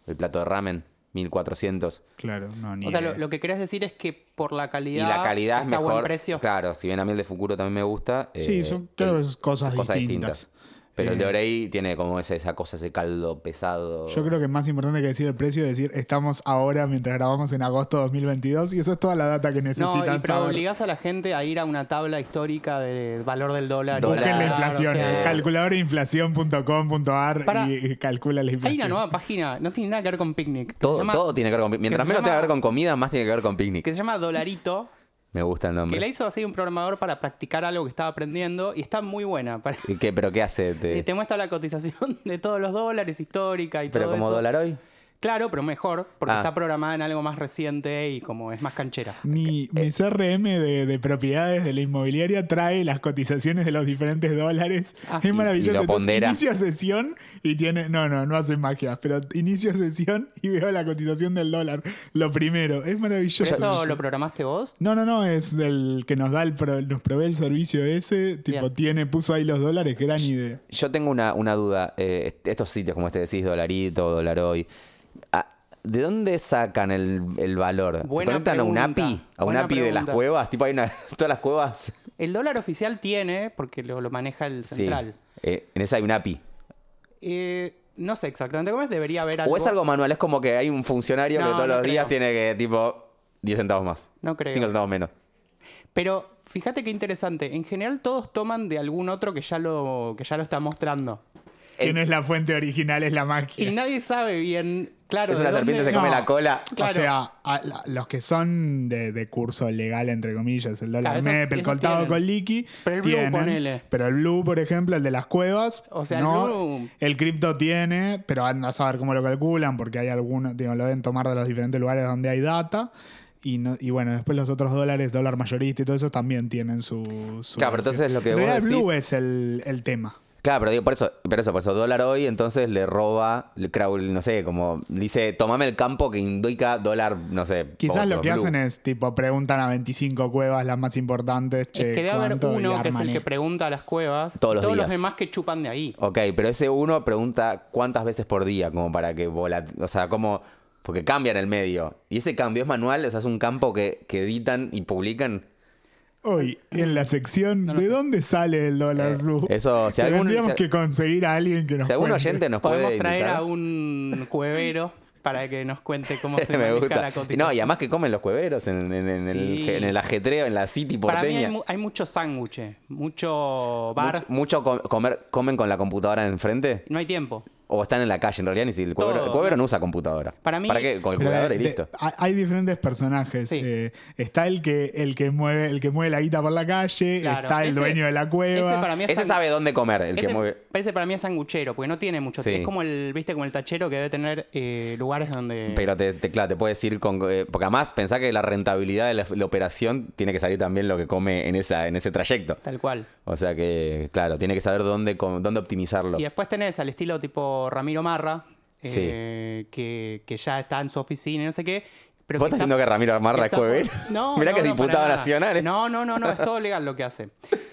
S1: el plato de ramen, 1400.
S3: Claro, no, ni
S2: O sea, lo,
S3: idea.
S2: lo que querés decir es que por la
S1: Y
S2: calidad,
S1: la calidad es
S2: está a
S1: mejor.
S2: buen precio.
S1: Claro, si bien a mí el de Fukuro también me gusta.
S3: Sí,
S1: eh,
S3: son claro,
S1: el-
S3: son cosas, distintas.
S1: Pero el
S3: Eh,
S1: de Orei tiene como esa, esa cosa, ese caldo pesado.
S3: Yo creo que es más importante que decir el precio es decir estamos ahora mientras grabamos en agosto de 2022 y eso es toda la data que
S2: No, y
S3: necesitan
S2: pero
S3: saber.
S2: obligás a la gente a ir a una tabla histórica del valor del dólar. y
S1: Busquen
S3: Busquen
S2: dólar,
S3: la
S1: Claro,
S3: inflación,
S2: o sea,
S3: calculadorainflación.com.ar
S2: Pará.
S3: y calcula la
S2: hay una
S3: inflación.
S2: nueva página, no tiene nada que ver con picnic. que se
S1: Todo,
S2: llama-
S1: todo tiene que ver con... Mientras menos
S2: se
S1: tenga que
S2: llama-
S1: ver con comida, más tiene que ver con picnic.
S2: Que se llama Dolarito,
S1: Me gusta el nombre.
S2: que la hizo así un programador para practicar algo que estaba aprendiendo y está muy buena. <laughs> para-
S1: ¿Y qué? ¿Pero qué hace? Te-
S2: Te muestra la cotización <laughs> de todos los dólares histórica y
S1: ¿Pero
S2: todo
S1: como
S2: eso.
S1: dólar hoy?
S2: Claro, pero mejor, porque
S1: Ah.
S2: está programada en algo más reciente y como es más canchera.
S3: Mi,
S2: eh,
S3: mi CRM de, de propiedades de la inmobiliaria trae las cotizaciones de los diferentes dólares.
S2: Ah.
S3: es maravilloso.
S1: Y- y lo
S3: Entonces,
S1: pondera.
S3: inicio sesión y tiene. No, no, no hacen magia, pero inicio sesión y veo la cotización del dólar. Lo primero. Es maravilloso.
S2: ¿Eso lo programaste vos?
S3: No, no, no, es del que nos da el pro- nos provee el servicio ese, tipo
S2: Bien.
S3: tiene, puso ahí los dólares, gran idea.
S1: Yo tengo una, una duda. Eh, est- estos sitios, como este decís, Dolarito, Dólar Hoy, ah, ¿de dónde sacan el, el valor? ¿Se
S2: Buena
S1: conectan a un
S2: pregunta.
S1: API? ¿A un
S2: Buena
S1: API de las
S2: pregunta.
S1: cuevas? Tipo, hay una, <laughs> todas las cuevas.
S2: El dólar oficial tiene, porque lo, lo maneja el
S1: Sí.
S2: central.
S1: Eh, en esa hay un API.
S2: Eh, no sé exactamente cómo es, debería haber algo.
S1: O es algo manual, es como que hay un funcionario
S2: No,
S1: que todos
S2: no
S1: los
S2: creo.
S1: días tiene que, tipo, 10 centavos más.
S2: No creo.
S1: 5 centavos menos.
S2: Pero fíjate qué interesante. En general todos toman de algún otro que ya lo, que ya lo está mostrando.
S1: Eh,
S3: ¿Quién es la fuente original? Es la
S2: Y
S3: magia.
S2: nadie sabe bien Claro,
S1: es una
S2: ¿de dónde?
S1: serpiente, se
S2: No.
S1: come la cola.
S2: Claro.
S3: O sea, a- la- los que son de, de curso legal, entre comillas, el dólar
S2: Claro, esos-
S3: MEP, el
S2: esos
S3: coltado
S2: tienen.
S3: con liqui.
S2: Pero el blue,
S3: tienen,
S2: ponele.
S3: Pero el blue, por ejemplo, el de las cuevas.
S2: O sea, el
S3: no,
S2: blue-
S3: el cripto tiene, pero anda a saber cómo lo calculan, porque hay algunos, digo, lo deben tomar de los diferentes lugares donde hay data. Y, no- y bueno, después los otros dólares, dólar mayorista y todo eso también tienen su. su
S1: Claro, pero
S3: versión.
S1: entonces lo que
S3: En
S1: vos
S3: realidad, el blue
S1: decís-
S3: es el, el tema.
S1: Claro, pero digo, por eso, por eso, por eso, dólar hoy, entonces le roba, le Crowley, no sé, como dice, tomame el campo que indica dólar, no sé.
S3: Quizás
S1: otro,
S3: lo que
S1: blue.
S3: hacen es, tipo, preguntan a y cuevas las más importantes. Che,
S2: es que debe haber
S3: ¿cuánto? Y
S2: uno que es
S3: arman
S2: el que
S3: esto.
S2: pregunta a las cuevas
S1: Todos
S2: y
S1: los
S2: todos los
S1: días.
S2: demás que chupan de ahí.
S1: Ok, pero ese uno pregunta cuántas veces por día, como para que vola, o sea, como, porque cambian el medio. Y ese cambio es manual, o sea, es un campo que, que editan y publican.
S3: Hoy, en la sección ¿De dónde sale el dólar blue?
S1: Eh, eso, si algún-
S3: Tendríamos
S1: si-
S3: que conseguir a alguien que <laughs> nos
S1: Si algún
S3: cuente.
S1: oyente nos puede
S2: Podemos traer
S1: indicar. <laughs>
S2: a un cuevero para que nos cuente cómo se
S1: Me
S2: maneja
S1: gusta.
S2: la
S1: Y
S2: cotización.
S1: No, y además que comen los cueveros en, en- en el,
S2: Sí.
S1: en el ajetreo, en la city
S2: Para mí hay,
S1: porteña.
S2: mu- hay mucho sándwich, mucho bar.
S1: mucho, mucho com- comer, comen con la computadora enfrente
S2: No hay tiempo.
S1: o están en la calle en realidad ni si el cuevero,
S2: Todo,
S1: el cuevero
S2: ¿no?
S1: no usa computadora.
S2: Para mí-
S1: ¿Para qué? Con el
S3: Pero eh,
S1: computador y
S3: de-
S1: listo.
S3: hay- hay diferentes personajes.
S2: Sí.
S3: Eh, está el que, el que mueve, el que mueve la guita por la calle,
S2: Claro,
S3: está el
S2: ese-
S3: dueño de la cueva.
S2: ese para mí es
S1: Ese
S2: sang-
S1: sabe dónde comer, el
S2: ese-
S1: que mueve.
S2: ese para mí es sanguchero, porque no tiene mucho.
S1: Sí.
S2: Es como el, viste, como el tachero que debe tener eh, lugares donde.
S1: Pero te, te- claro, te puedes ir con. eh, porque además pensá que la rentabilidad de la, la operación tiene que salir también lo que come en, esa, en ese trayecto.
S2: Tal cual.
S1: O sea que, claro, tiene que saber dónde, com- dónde optimizarlo.
S2: Y después tenés al estilo tipo Ramiro Marra,
S1: Sí.
S2: eh, que, que ya está en su oficina y no sé qué. Pero
S1: ¿Vos
S2: que
S1: estás
S2: está-
S1: diciendo que Ramiro Amarra es
S2: Está-
S1: cuevero?
S2: <laughs> No,
S1: Mirá
S2: no,
S1: que es
S2: no, para
S1: diputado
S2: nada.
S1: nacional. ¿eh?
S2: No, no, no, no, es todo
S1: <laughs>
S2: legal lo que hace.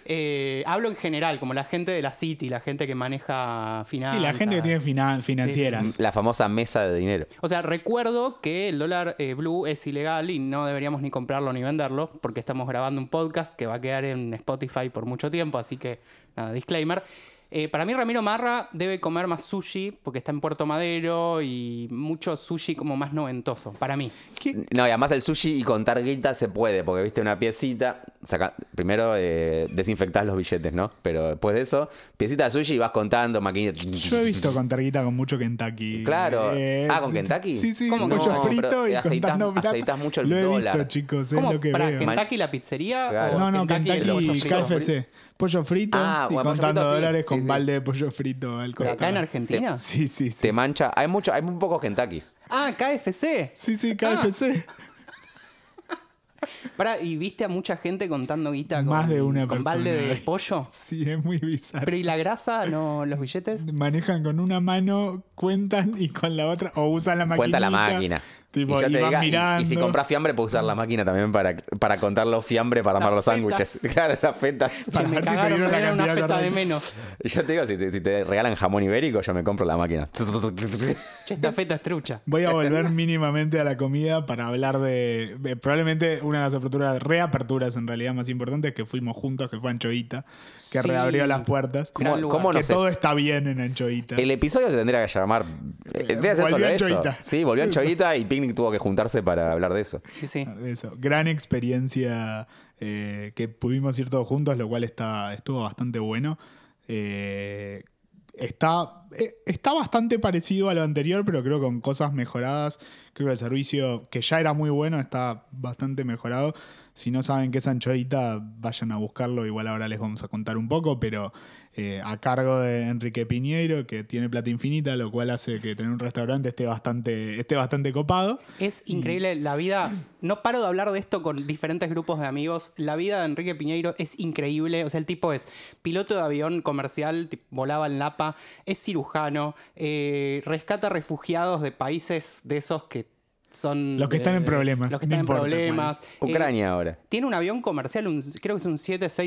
S2: Eh, hablo en general, como la gente de la City, la gente que maneja finanzas.
S3: sí, la gente que tiene finan- financieras.
S1: La famosa mesa de dinero.
S2: O sea, recuerdo que el dólar eh, blue es ilegal y no deberíamos ni comprarlo ni venderlo, porque estamos grabando un podcast que va a quedar en Spotify por mucho tiempo, así que nada, disclaimer. Eh, para mí Ramiro Marra debe comer más sushi porque está en Puerto Madero y mucho sushi como más noventoso, para mí.
S1: Mm,
S3: ¿Qué-
S1: No, y además el sushi y contar guita se puede, porque viste una piecita, saca, primero eh, desinfectás los billetes, ¿no? Pero después de eso, piecita de sushi y vas contando, maquinita.
S3: Yo he visto con targuita con mucho Kentucky.
S1: Claro.
S3: Eh,
S1: ah, con Kentucky.
S3: Sí, sí,
S2: ¿Cómo que
S3: mucho
S2: no?
S1: Pero
S3: frito y
S1: aceitas-
S3: contando plata.
S1: aceitas mucho el
S3: Lo he visto,
S1: dólar.
S3: chicos, es
S2: ¿Cómo?
S3: lo que
S2: Pará,
S3: veo.
S2: ¿Kentucky la pizzería?
S1: Claro.
S2: o
S3: No, no,
S2: el pollo
S3: Kentucky,
S2: frito?
S3: KFC. Pollo frito
S1: Ah,
S3: y
S1: bueno, pollo
S3: contando
S1: frito, sí.
S3: dólares
S1: Sí,
S3: con
S1: sí.
S3: balde de pollo frito. al
S2: ¿De acá en
S3: costado.
S2: Argentina?
S3: Sí, sí, sí.
S1: Te mancha. Hay mucho, hay muy pocos Kentuckys.
S2: Ah, KFC.
S3: Sí, sí, KFC.
S1: Ah.
S2: Pará, ¿y viste a mucha gente contando guita con,
S3: Más de una
S2: con
S3: persona.
S2: balde de pollo?
S3: Sí, es muy bizarro.
S2: Pero ¿y la grasa? ¿No los billetes?
S3: Manejan con una mano, cuentan y con la otra, o usan la máquina.
S1: Cuenta la máquina.
S3: Tipo,
S1: y,
S3: y,
S1: yo te
S3: van
S1: diga, y-
S3: mirando.
S1: y si compras fiambre, puedes usar la máquina también para, para contar los fiambres para armar
S2: Las
S1: los sándwiches. <laughs>
S2: fetas.
S1: Claro, las fetas.
S3: Para
S2: Che, me
S3: ver si
S2: cagaron,
S3: pidieron
S2: me
S3: la
S2: dieron una
S3: cantidad
S2: feta de
S3: correcta.
S2: menos.
S1: Yo te digo, si te, si te regalan jamón ibérico, yo me compro la máquina.
S3: <laughs>
S2: Che, esta feta es trucha.
S3: Voy
S1: este <laughs>
S3: a volver mínimamente a la comida para hablar de, de probablemente una de las aperturas, reaperturas en realidad más importantes que fuimos juntos, que fue Anchoita, que
S2: Sí.
S3: reabrió las puertas.
S2: Gran
S1: ¿Cómo,
S2: lugar.
S1: cómo no
S3: que
S1: sé?
S3: todo está bien en Anchoita.
S1: El episodio se tendría que llamar. eh, Debe ser
S3: volvió
S1: solo eso.
S3: Anchoita.
S1: Sí, volvió Anchoita y Picnic tuvo que juntarse para hablar de eso.
S2: Sí, sí.
S3: Eso, gran experiencia eh, que pudimos ir todos juntos, lo cual está, estuvo bastante bueno. Eh, está, eh, está bastante parecido a lo anterior, pero creo con cosas mejoradas. Creo que el servicio, que ya era muy bueno, está bastante mejorado. Si no saben qué es Anchoita, vayan a buscarlo. Igual ahora les vamos a contar un poco, pero eh, a cargo de Enrique Piñeiro, que tiene plata infinita, lo cual hace que tener un restaurante esté bastante, esté bastante copado.
S2: Es increíble
S3: Mm.
S2: la vida. No paro de hablar de esto con diferentes grupos de amigos. La vida de Enrique Piñeiro es increíble. O sea, el tipo es piloto de avión comercial, tip- volaba en Lapa, es cirujano, eh, rescata refugiados de países de esos que son.
S3: Los que están en
S2: eh,
S3: problemas,
S2: Los
S3: no
S2: que están en
S3: importa cuál.
S2: problemas. Eh,
S1: Ucrania ahora.
S2: Tiene un avión comercial, un- creo que es un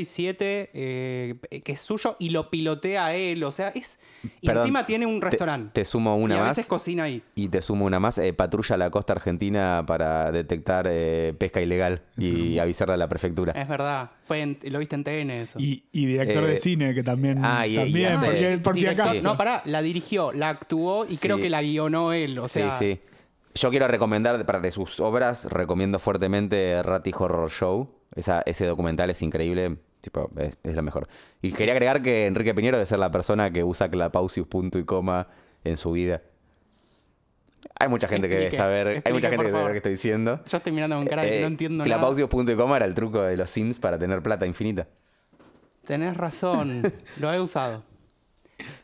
S2: 767, eh, que es suyo y lo pilotea a él. O sea, es. Y
S1: Perdón,
S2: encima tiene un
S1: te-
S2: restaurante.
S1: te sumo una
S2: y a
S1: más.
S2: veces cocina ahí.
S1: Y te sumo una más, eh, patrulla la costa argentina para detectar eh, pesca ilegal y avisarle a la prefectura.
S2: Es verdad. Fue en- lo viste en TN eso.
S3: Y, y director
S1: Eh,
S3: de cine, que también.
S1: ah, y- y
S3: también,
S1: hace-
S3: porque- por si
S2: Director-
S3: acaso.
S2: No, pará, la dirigió, la actuó y
S1: Sí.
S2: creo que la guionó él. O sea,
S1: sí, sí. Yo quiero recomendar, para de sus obras, recomiendo fuertemente Ratty Horror Show. Esa, ese documental es increíble, tipo, es, es lo mejor. Y quería agregar que Enrique Piñero debe ser la persona que usa clapausius punto y coma en su vida. Hay mucha gente que debe
S2: Explique,
S1: saber, hay
S2: explique,
S1: mucha gente
S2: por
S1: que debe saber
S2: favor.
S1: qué estoy diciendo.
S2: Yo estoy mirando con cara de que
S1: Eh,
S2: no entiendo nada.
S1: Clapausios.com era el truco de los Sims para tener plata infinita. <laughs>
S2: Tenés razón, lo he usado.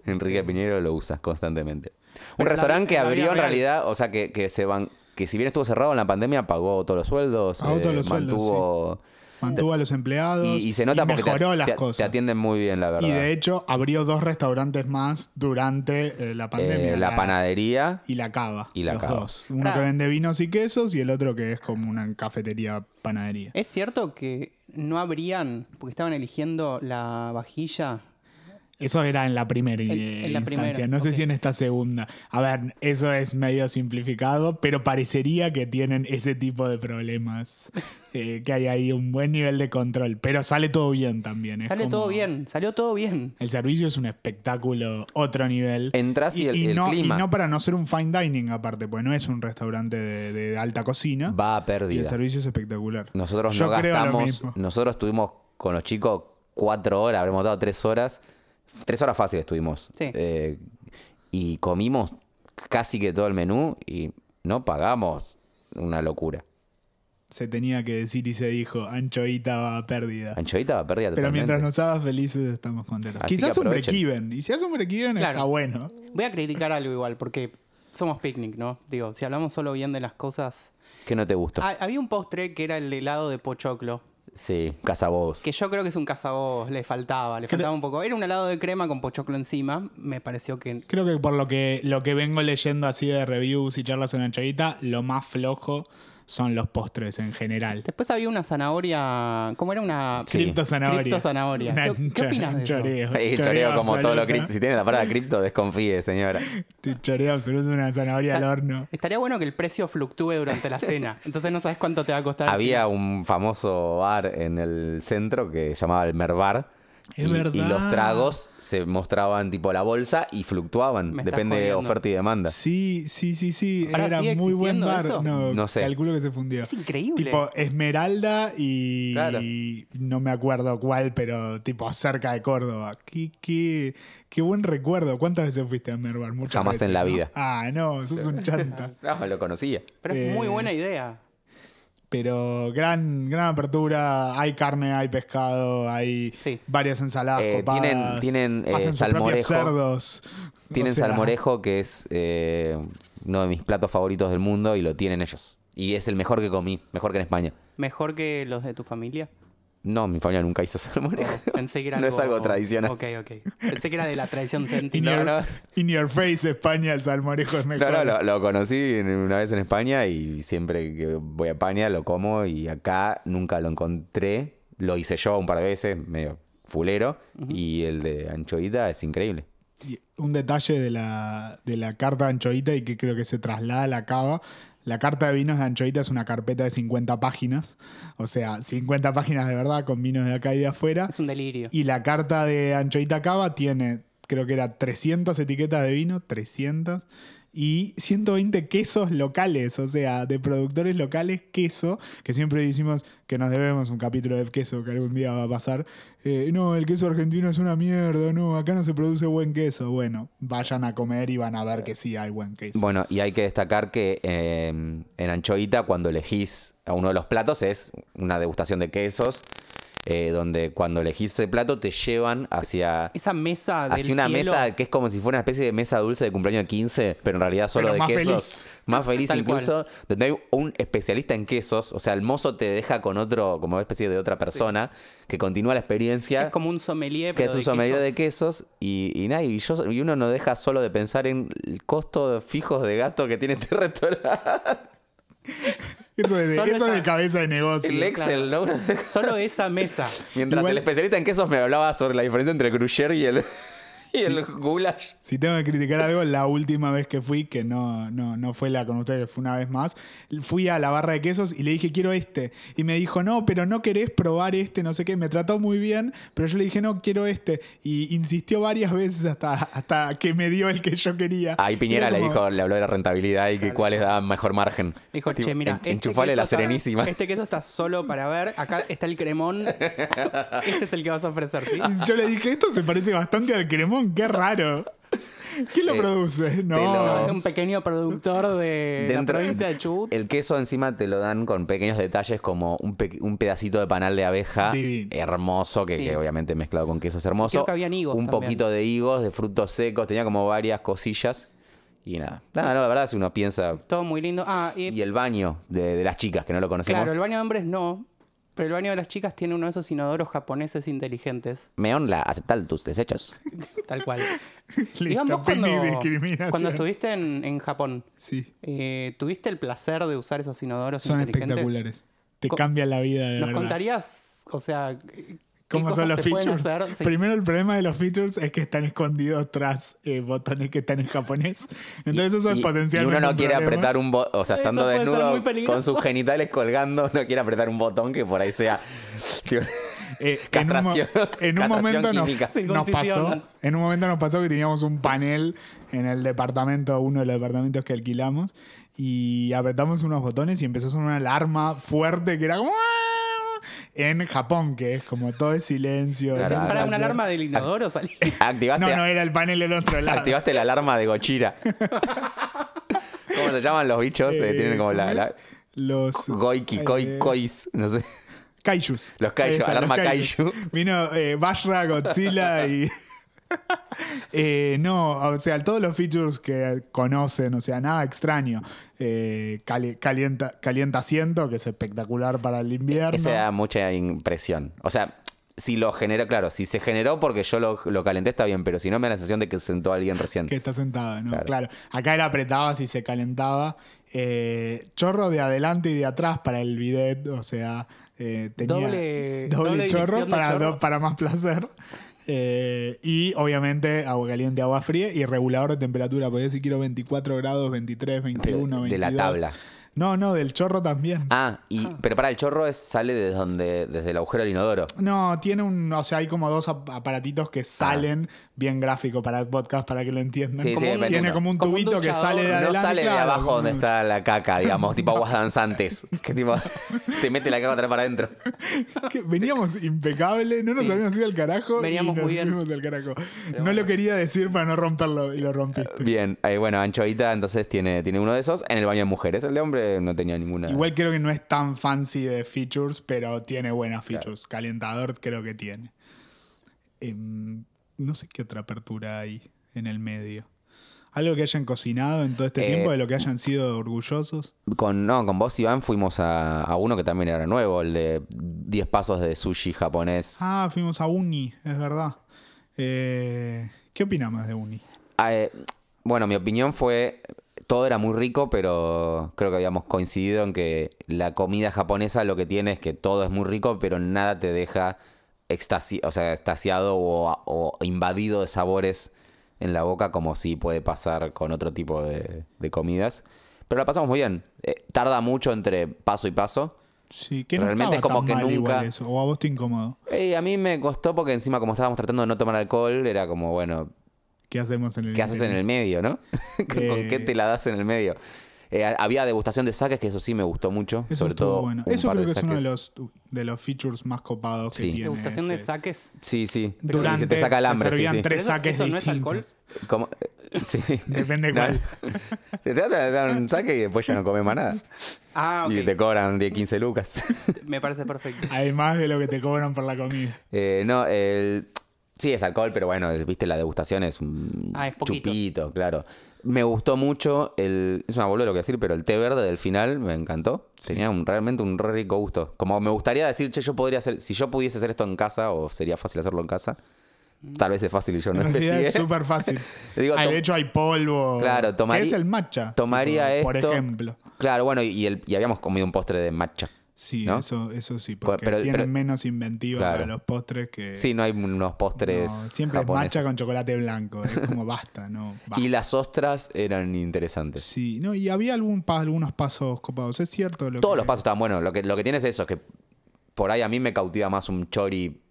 S1: Enrique Piñero lo usa constantemente. Un
S2: Pero la-
S1: restaurante que
S2: la vida
S1: abrió en
S2: real.
S1: realidad, o sea, que, que se van, que si bien estuvo cerrado en la pandemia, pagó todos los sueldos, eh,
S3: Pagó todos los sueldos,
S1: mantuvo
S3: Mantuvo a los empleados.
S1: y, y se nota
S3: y
S1: porque te-
S3: mejoró
S1: te,
S3: las
S1: te
S3: cosas.
S1: atienden muy bien, la verdad. Eh,
S3: y de hecho abrió dos restaurantes más durante eh, la
S1: Eh,
S3: pandemia.
S1: la panadería
S3: Y la cava.
S1: Y la
S3: los
S1: cava.
S3: dos. Uno
S2: Pará.
S3: que vende vinos y quesos y el otro que es como una cafetería panadería.
S2: ¿Es cierto que no abrían, porque estaban eligiendo la vajilla?
S3: Eso era en la primera
S2: En-
S3: eh,
S2: en la
S3: instancia.
S2: primera,
S3: no sé
S2: ok.
S3: si en esta segunda. A ver, eso es medio simplificado, pero parecería que tienen ese tipo de
S2: <laughs>
S3: problemas. eh, que hay ahí un buen nivel de control. Pero sale todo bien también. es
S2: Sale
S3: como-
S2: todo bien, salió todo bien.
S3: El servicio es un espectáculo, otro nivel.
S1: Entrás y el- el
S3: no,
S1: clima.
S3: no para no ser un fine dining aparte, pues no es un restaurante de, de alta cocina.
S1: va a
S3: y el
S1: pérdida.
S3: servicio es espectacular.
S1: Nosotros
S3: Yo
S1: no
S3: creo lo
S1: gastamos,
S3: mismo.
S1: nosotros estuvimos con los chicos cuatro horas, habremos dado tres horas, tres horas fáciles estuvimos.
S2: Sí.
S1: Eh, y comimos casi que todo el menú y no pagamos una locura.
S3: Se tenía que decir y se dijo, anchoita va a pérdida.
S1: Anchoita va a pérdida
S3: Pero
S1: totalmente.
S3: mientras nos hagas felices estamos contentos.
S1: Así que
S3: Quizás un
S1: aprovechen.
S3: break-even. Y si haces un break-even
S2: Claro.
S3: está bueno.
S2: Voy a criticar algo igual, porque somos picnic, ¿no? Digo, si hablamos solo bien de las cosas.
S1: Que no te gustó.
S2: Ah, había un postre que era el helado de pochoclo,
S1: Sí, cazabobos.
S2: que yo creo que es un cazabobos, le faltaba, le faltaba un poco. Era un helado de crema con pochoclo encima, me pareció que...
S3: Creo que por lo que, lo que vengo leyendo así de reviews y charlas en anchoita, lo más flojo son los postres en general.
S2: Después había una zanahoria, ¿cómo era una...?
S1: Sí.
S3: Criptozanahoria.
S2: Criptozanahoria.
S3: Una-
S2: ¿Qué- qué opinas de
S3: un
S2: eso?
S1: El
S3: choreo, choreo
S1: choreo como todo lo
S3: absoluto.
S1: cripto. Si tiene la palabra
S3: <laughs>
S1: cripto, desconfíe, señora.
S3: Un Choreo absoluto, una zanahoria al
S2: Está-
S3: horno.
S2: Estaría bueno que el precio fluctúe durante la
S1: <laughs>
S2: cena. Entonces no sabes cuánto te va a costar.
S1: Había un famoso bar en el centro que llamaba el Merbar.
S3: Es
S1: y,
S3: verdad.
S1: y los tragos se mostraban tipo la bolsa y fluctuaban.
S2: Me estás
S1: Depende de
S2: jodiendo.
S1: oferta y demanda.
S3: Sí, sí, sí, sí.
S2: Ahora
S3: Era
S2: sigue
S3: muy buen
S2: existiendo
S3: bar.
S2: eso.
S3: No,
S1: No sé.
S3: Calculo que se fundió.
S2: Es increíble.
S3: Tipo Esmeralda y
S1: Claro.
S3: no me acuerdo cuál, pero tipo cerca de Córdoba. Qué, qué, qué buen recuerdo. ¿Cuántas veces fuiste a Merbar? Muchas
S1: Jamás
S3: veces,
S1: en la
S3: ¿no?
S1: vida.
S3: Ah, no, sos
S2: <laughs>
S3: un chanta.
S1: No, lo conocía.
S2: Pero es muy buena idea.
S3: Pero gran, gran apertura. Hay carne, hay pescado, hay
S2: Sí.
S3: varias ensaladas
S1: Eh,
S3: copadas.
S1: tienen- tienen, eh,
S3: Hacen sus propios
S1: salmorejo.
S3: cerdos. O
S1: Tienen
S3: sea,
S1: salmorejo, que es eh, uno de mis platos favoritos del mundo, y lo tienen ellos. Y es el mejor que comí, mejor que en España.
S2: Mejor que los de
S1: <laughs>
S2: tu familia.
S1: No, mi familia nunca hizo <laughs> salmorejo.
S2: Pensé que era
S1: No es algo tradicional.
S2: Ok, ok. Pensé que era de
S1: <laughs>
S2: la tradición
S3: In,
S2: sentida.
S1: No,
S3: your,
S1: no.
S3: in your face, España, el salmorejo es mejor.
S1: No, no, lo, lo conocí en- una vez en España y siempre que voy a España lo como y acá nunca lo encontré. Lo hice yo un par de veces, medio fulero. Y el de anchoita es increíble.
S3: Y un detalle de la, de la carta de Anchoita y que creo que se traslada a la cava. La carta de vinos de Anchoita es una carpeta de 50 páginas. O sea, 50 páginas de verdad con vinos de acá y de afuera.
S2: Es un delirio.
S3: Y la carta de Anchoita Cava tiene, creo que era 300 etiquetas de vino, 300. Y 120 quesos locales, o sea, de productores locales, queso, que siempre decimos que nos debemos un capítulo de queso que algún día va a pasar. Eh, no, el queso argentino es una mierda, no, acá no se produce buen queso. Bueno, vayan a comer y van a ver que sí hay buen queso.
S1: Bueno, y hay que destacar que eh, en Anchoita, cuando elegís a uno de los platos, es una degustación de quesos, eh, donde cuando elegís ese plato te llevan hacia,
S2: Esa mesa del
S1: hacia una
S2: cielo,
S1: mesa que es como si fuera una especie de mesa dulce de cumpleaños de 15, pero en realidad solo
S3: Pero
S1: de
S3: más
S1: quesos.
S3: feliz.
S1: Más feliz
S2: <laughs> Tal cual.
S1: incluso, donde hay un especialista en quesos, o sea, el mozo te deja con otro, como una especie de otra persona, que continúa la experiencia
S2: Es como un sommelier,
S1: que
S2: pero
S1: es un
S2: de
S1: sommelier
S2: quesos.
S1: de quesos y, y nada, y, yo- y uno no deja solo de pensar en el costo fijo de gasto que tiene este <laughs> restaurante.
S3: Eso es de, eso
S2: Solo
S3: es
S2: esa-
S3: de cabeza de negocio.
S1: El Excel, ¿no?
S2: Solo esa mesa.
S1: Mientras
S3: Igual-
S1: el especialista en quesos me hablaba sobre la diferencia entre el gruyere y el, <laughs> y el goulash.
S3: Si tengo que criticar algo, la última vez que fui, que no, no, no fue la con ustedes, fue una vez más, fui a la barra de quesos y le dije, quiero este. Y me dijo, no, pero no querés probar este, no sé qué. Me trató muy bien, pero yo le dije, no, quiero este. Y insistió varias veces hasta, hasta que me dio el que yo quería.
S1: Ahí Piñera
S3: Era
S1: le
S3: como-
S1: dijo, le habló de la rentabilidad y que cuáles daban mejor margen.
S2: Dijo,
S1: Tipo,
S2: che, mira.
S1: en-
S2: este
S1: enchufale
S2: queso
S1: la
S2: está- <laughs>
S1: serenísima.
S2: Este queso está solo para ver. Acá está el
S1: <laughs>
S2: cremón. Este es el que vas a ofrecer, ¿sí?
S3: Y yo le dije, esto se parece bastante al cremón, qué raro. ¿Quién lo
S1: Eh,
S3: produce? <laughs> No.
S1: lo-
S2: Es un pequeño productor de
S1: Dentro-
S2: la provincia de Chubut.
S1: El queso encima te lo dan con pequeños detalles como un, pe- un pedacito de panal de abeja
S3: Divino.
S1: hermoso, que,
S2: Sí.
S1: que obviamente mezclado con queso es hermoso.
S2: Creo que habían higos
S1: un
S2: también.
S1: poquito de higos, de frutos secos, tenía como varias cosillas y nada. Nada, no, la verdad si uno piensa...
S2: Todo muy lindo. Ah, y-
S1: Y el baño de, de las chicas, que no lo conocemos.
S2: claro, el baño de hombres no. Pero el baño de las chicas tiene uno de esos inodoros japoneses inteligentes.
S1: Meón, la aceptar tus desechos.
S3: <laughs>
S2: Tal cual.
S3: Listo,
S2: Iván, vos
S3: fin
S2: cuando,
S3: de discriminación.
S2: cuando estuviste en, en Japón,
S3: Sí.
S2: eh, ¿tuviste el placer de usar esos inodoros
S3: Son
S2: inteligentes?
S3: espectaculares. Te
S2: Co-
S3: cambian la vida, de
S2: ¿Nos
S3: verdad.
S2: contarías, o sea, qué
S3: ¿Cómo
S2: cosas
S3: son los
S2: se pueden
S3: features?
S2: hacer? Sí.
S3: Primero, el problema de los features es que están escondidos tras eh, botones que están en japonés. Entonces, eso es
S1: <laughs> Y-
S3: potencialmente.
S1: Y uno no
S3: un
S1: quiere
S3: problema.
S1: apretar un botón, o sea,
S2: Eso
S1: estando
S2: puede ser
S1: desnudo
S2: muy peligroso.
S1: con sus genitales colgando, no quiere apretar un botón que por ahí sea. Tipo,
S3: Eh, en un, mo-
S1: Castración.
S3: <laughs> en un
S1: Castración
S3: momento nos,
S1: química.
S3: nos pasó.
S2: Circuncisión.
S3: En un momento nos pasó que teníamos un panel en el departamento, uno de los departamentos que alquilamos, y apretamos unos botones y empezó a sonar una alarma fuerte que era como "Ah", en Japón, que es como todo es silencio.
S1: Claro,
S3: todo es
S2: Para una
S3: vacío.
S2: alarma del inodoro salí.
S1: <laughs> activaste,
S3: No, no era el panel
S1: <laughs>
S3: del otro lado.
S1: activaste la alarma de
S3: <laughs>
S1: Gochira. ¿Cómo se llaman los bichos? Eh,
S3: Eh,
S1: tienen como la.
S3: ¿cómo
S1: la-
S3: es? Los.
S1: goiki, koi,
S3: eh,
S1: kois, no sé.
S3: Kaijus.
S1: Los kaiju,
S3: Ahí están,
S1: alarma
S3: los Vino eh, Bashra,
S1: <laughs>
S3: Godzilla y. Eh, no, o sea, todos los features que conocen, o sea, nada extraño. Eh, cali- calienta, calienta asiento, que es espectacular para
S1: E-,
S3: el invierno.
S1: Esa da mucha impresión. O sea, si lo generó, claro, si se generó porque yo lo, lo calenté está bien, pero si no me da la sensación de que sentó a alguien recién.
S3: Que está sentada, ¿no?
S1: Claro.
S3: Claro. Acá él apretaba si se calentaba. Eh, chorro de adelante y de atrás para el bidet, o sea, eh, tenía <laughs>
S2: Doble-
S3: doble,
S2: doble
S3: chorro,
S2: dirección de
S3: para,
S2: chorro.
S3: do- para más placer. Eh, y obviamente agua caliente, agua fría y regulador de temperatura. Podía decir quiero 24 grados, 23, 21,
S1: De-
S3: 22.
S1: de la tabla.
S3: No, no, del chorro también.
S1: Ah, y, pero para el chorro es, sale desde donde, desde el agujero del inodoro.
S3: No, tiene un. O sea, hay como dos ap- aparatitos
S1: Ah.
S3: que salen bien gráfico para el podcast para que lo entiendan.
S1: Sí,
S3: Como
S1: sí,
S3: un-
S1: me
S3: tiene
S1: entiendo.
S3: como un
S2: Como un
S3: tubito que
S2: duchador.
S3: sale de
S2: No
S3: adelante.
S1: no sale de
S3: claro,
S1: abajo
S3: como-
S1: donde está la caca, digamos, tipo aguas <laughs> danzantes. Que tipo, te mete la caca atrás para adentro.
S3: <laughs> Que veníamos impecable, no nos
S2: Sí.
S3: habíamos ido al carajo.
S2: Veníamos
S3: y nos
S2: muy bien.
S3: fuimos al carajo. No lo quería decir para no romperlo y lo rompiste.
S1: Bien, eh, bueno, Anchoita entonces tiene, tiene uno de esos en el baño de mujeres. El de hombre no tenía ninguna.
S3: Igual creo que no es tan fancy de features, pero tiene buenas features. Calentador creo que tiene. Em, no sé qué otra apertura hay en el medio. Algo que hayan cocinado en todo este
S1: Eh,
S3: tiempo, de lo que hayan sido orgullosos.
S1: Con, no, con vos, Iván, fuimos a, a uno que también era nuevo, el de 10 pasos de sushi japonés.
S3: Ah, fuimos a Uni, es verdad. Eh, ¿Qué opinamos de Uni?
S1: Ah, eh, bueno, mi opinión fue. Todo era muy rico, pero creo que habíamos coincidido en que la comida japonesa lo que tiene es que todo es muy rico, pero nada te deja extasi o sea, extasiado o, o invadido de sabores en la boca, como sí puede pasar con otro tipo de, de comidas. Pero la pasamos muy bien. Eh, tarda mucho entre paso y paso.
S3: Sí, que no
S1: Realmente
S3: estaba
S1: como
S3: tan
S1: que
S3: mal igual
S1: nunca-
S3: eso. O a vos te incomodo.
S1: Eh, a mí me costó porque encima como estábamos tratando de no tomar alcohol, era como, bueno,
S3: ¿Qué hacemos en el
S1: ¿Qué haces en el medio, no? <laughs> ¿Con
S3: Eh,
S1: qué te la das en el medio? Eh, había degustación de saques, que eso sí me gustó mucho.
S3: Eso
S1: sobre
S3: estuvo
S1: todo.
S3: bueno.
S1: un
S3: Eso
S1: par
S3: creo que es uno de
S1: saques.
S3: los, de los features más copados
S1: Sí.
S3: que tiene.
S2: Degustación de
S3: ese.
S2: saques.
S1: Sí, sí.
S3: Durante,
S1: Y se te saca el
S3: te
S1: hambre, sí,
S3: servían
S1: sí.
S3: tres-
S2: Pero eso-
S3: saques
S2: ¿Eso no es
S3: distintos.
S2: alcohol?
S1: ¿Cómo? <laughs> Eh, sí.
S3: Depende
S1: No,
S3: cuál.
S1: <laughs> Te tratan de dar un saque y después ya no comes más nada.
S2: Ah, ok.
S1: Y te cobran 10, 15 lucas.
S2: <laughs>
S1: <laughs>
S2: Me parece perfecto.
S3: Además de lo que te cobran por la comida.
S1: Eh, no, el... sí es alcohol, pero bueno, el- viste, la degustación es un
S2: Ah, es poquito.
S1: chupito, claro. Me gustó mucho el... Es una boluda lo que decir, pero el té verde del final me encantó. Tenía un- realmente un re rico gusto. Como me gustaría decir, che, yo podría hacer... Si yo pudiese hacer esto en casa, o sería fácil hacerlo en casa.
S2: Mm.
S1: Tal vez es fácil y yo no
S3: <laughs> En realidad
S1: investigué.
S3: es
S1: <laughs>
S3: súper fácil.
S1: Digo,
S3: Ah,
S1: tom-
S3: de hecho, hay polvo.
S1: Claro, tomaría-
S3: ¿Qué es el matcha?
S1: Tomaría
S3: Tipo, Por
S1: esto...
S3: ejemplo.
S1: Claro, bueno, y, el- y habíamos comido un postre de matcha.
S3: Sí,
S1: ¿No?
S3: eso, eso sí,
S1: Por-
S3: porque
S1: pero-
S3: tienen
S1: pero-
S3: menos inventiva
S1: Claro.
S3: para los postres que.
S1: Sí, no hay unos postres
S3: Eh, no, siempre es
S1: japoneses.
S3: matcha con chocolate blanco. Es como basta, ¿no?
S1: <laughs>
S3: Basta.
S1: Y las ostras eran interesantes.
S3: Sí, no, y había algún pa- algunos pasos copados, es cierto. Lo
S1: Todos
S3: que-
S1: los pasos están buenos. Lo que, lo que tienes es eso, que por ahí a mí me cautiva más un chori,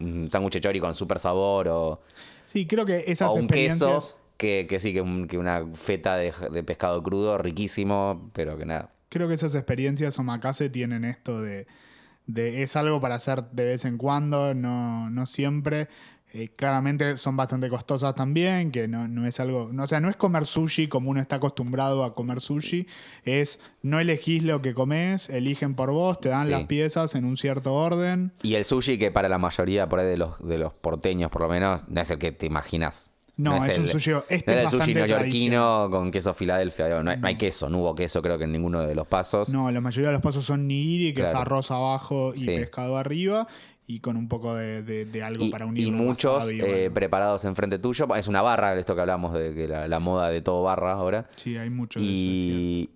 S1: un sándwich de chori con super sabor o,
S3: Sí, creo que esas
S1: o un
S3: experiencias.
S1: queso que, que sí, que, un- que una feta de, de pescado crudo riquísimo, pero que nada.
S3: Creo que esas experiencias omakase tienen esto de, de- es algo para hacer de vez en cuando, no, no siempre. eh, claramente son bastante costosas también, que no, no es algo, no, o sea, no es comer sushi como uno está acostumbrado a comer sushi, es no elegís lo que comes, eligen por vos, te dan
S1: Sí.
S3: las piezas en un cierto orden.
S1: Y el sushi, que para la mayoría por ahí de los, de los porteños, por lo menos, no es el que te imaginas.
S3: No, es un sushi-
S1: no
S3: este
S1: el
S3: es
S1: sushi
S3: bastante Mm.
S1: neoyorquino con queso Filadelfia. No, hay- no hay queso, no hubo queso, creo que en ninguno de los pasos.
S3: No, la mayoría de los pasos son nigiri, que es
S1: Claro.
S3: arroz abajo y
S1: Sí.
S3: pescado arriba, y con un poco de, de- de algo
S1: y,
S3: para unir.
S1: y muchos
S3: wasabi o
S1: eh,
S3: algo.
S1: preparados enfrente tuyo. Es una barra, esto que hablamos de que la, la moda de todo barra ahora.
S3: Sí, hay muchos. de eso, es cierto.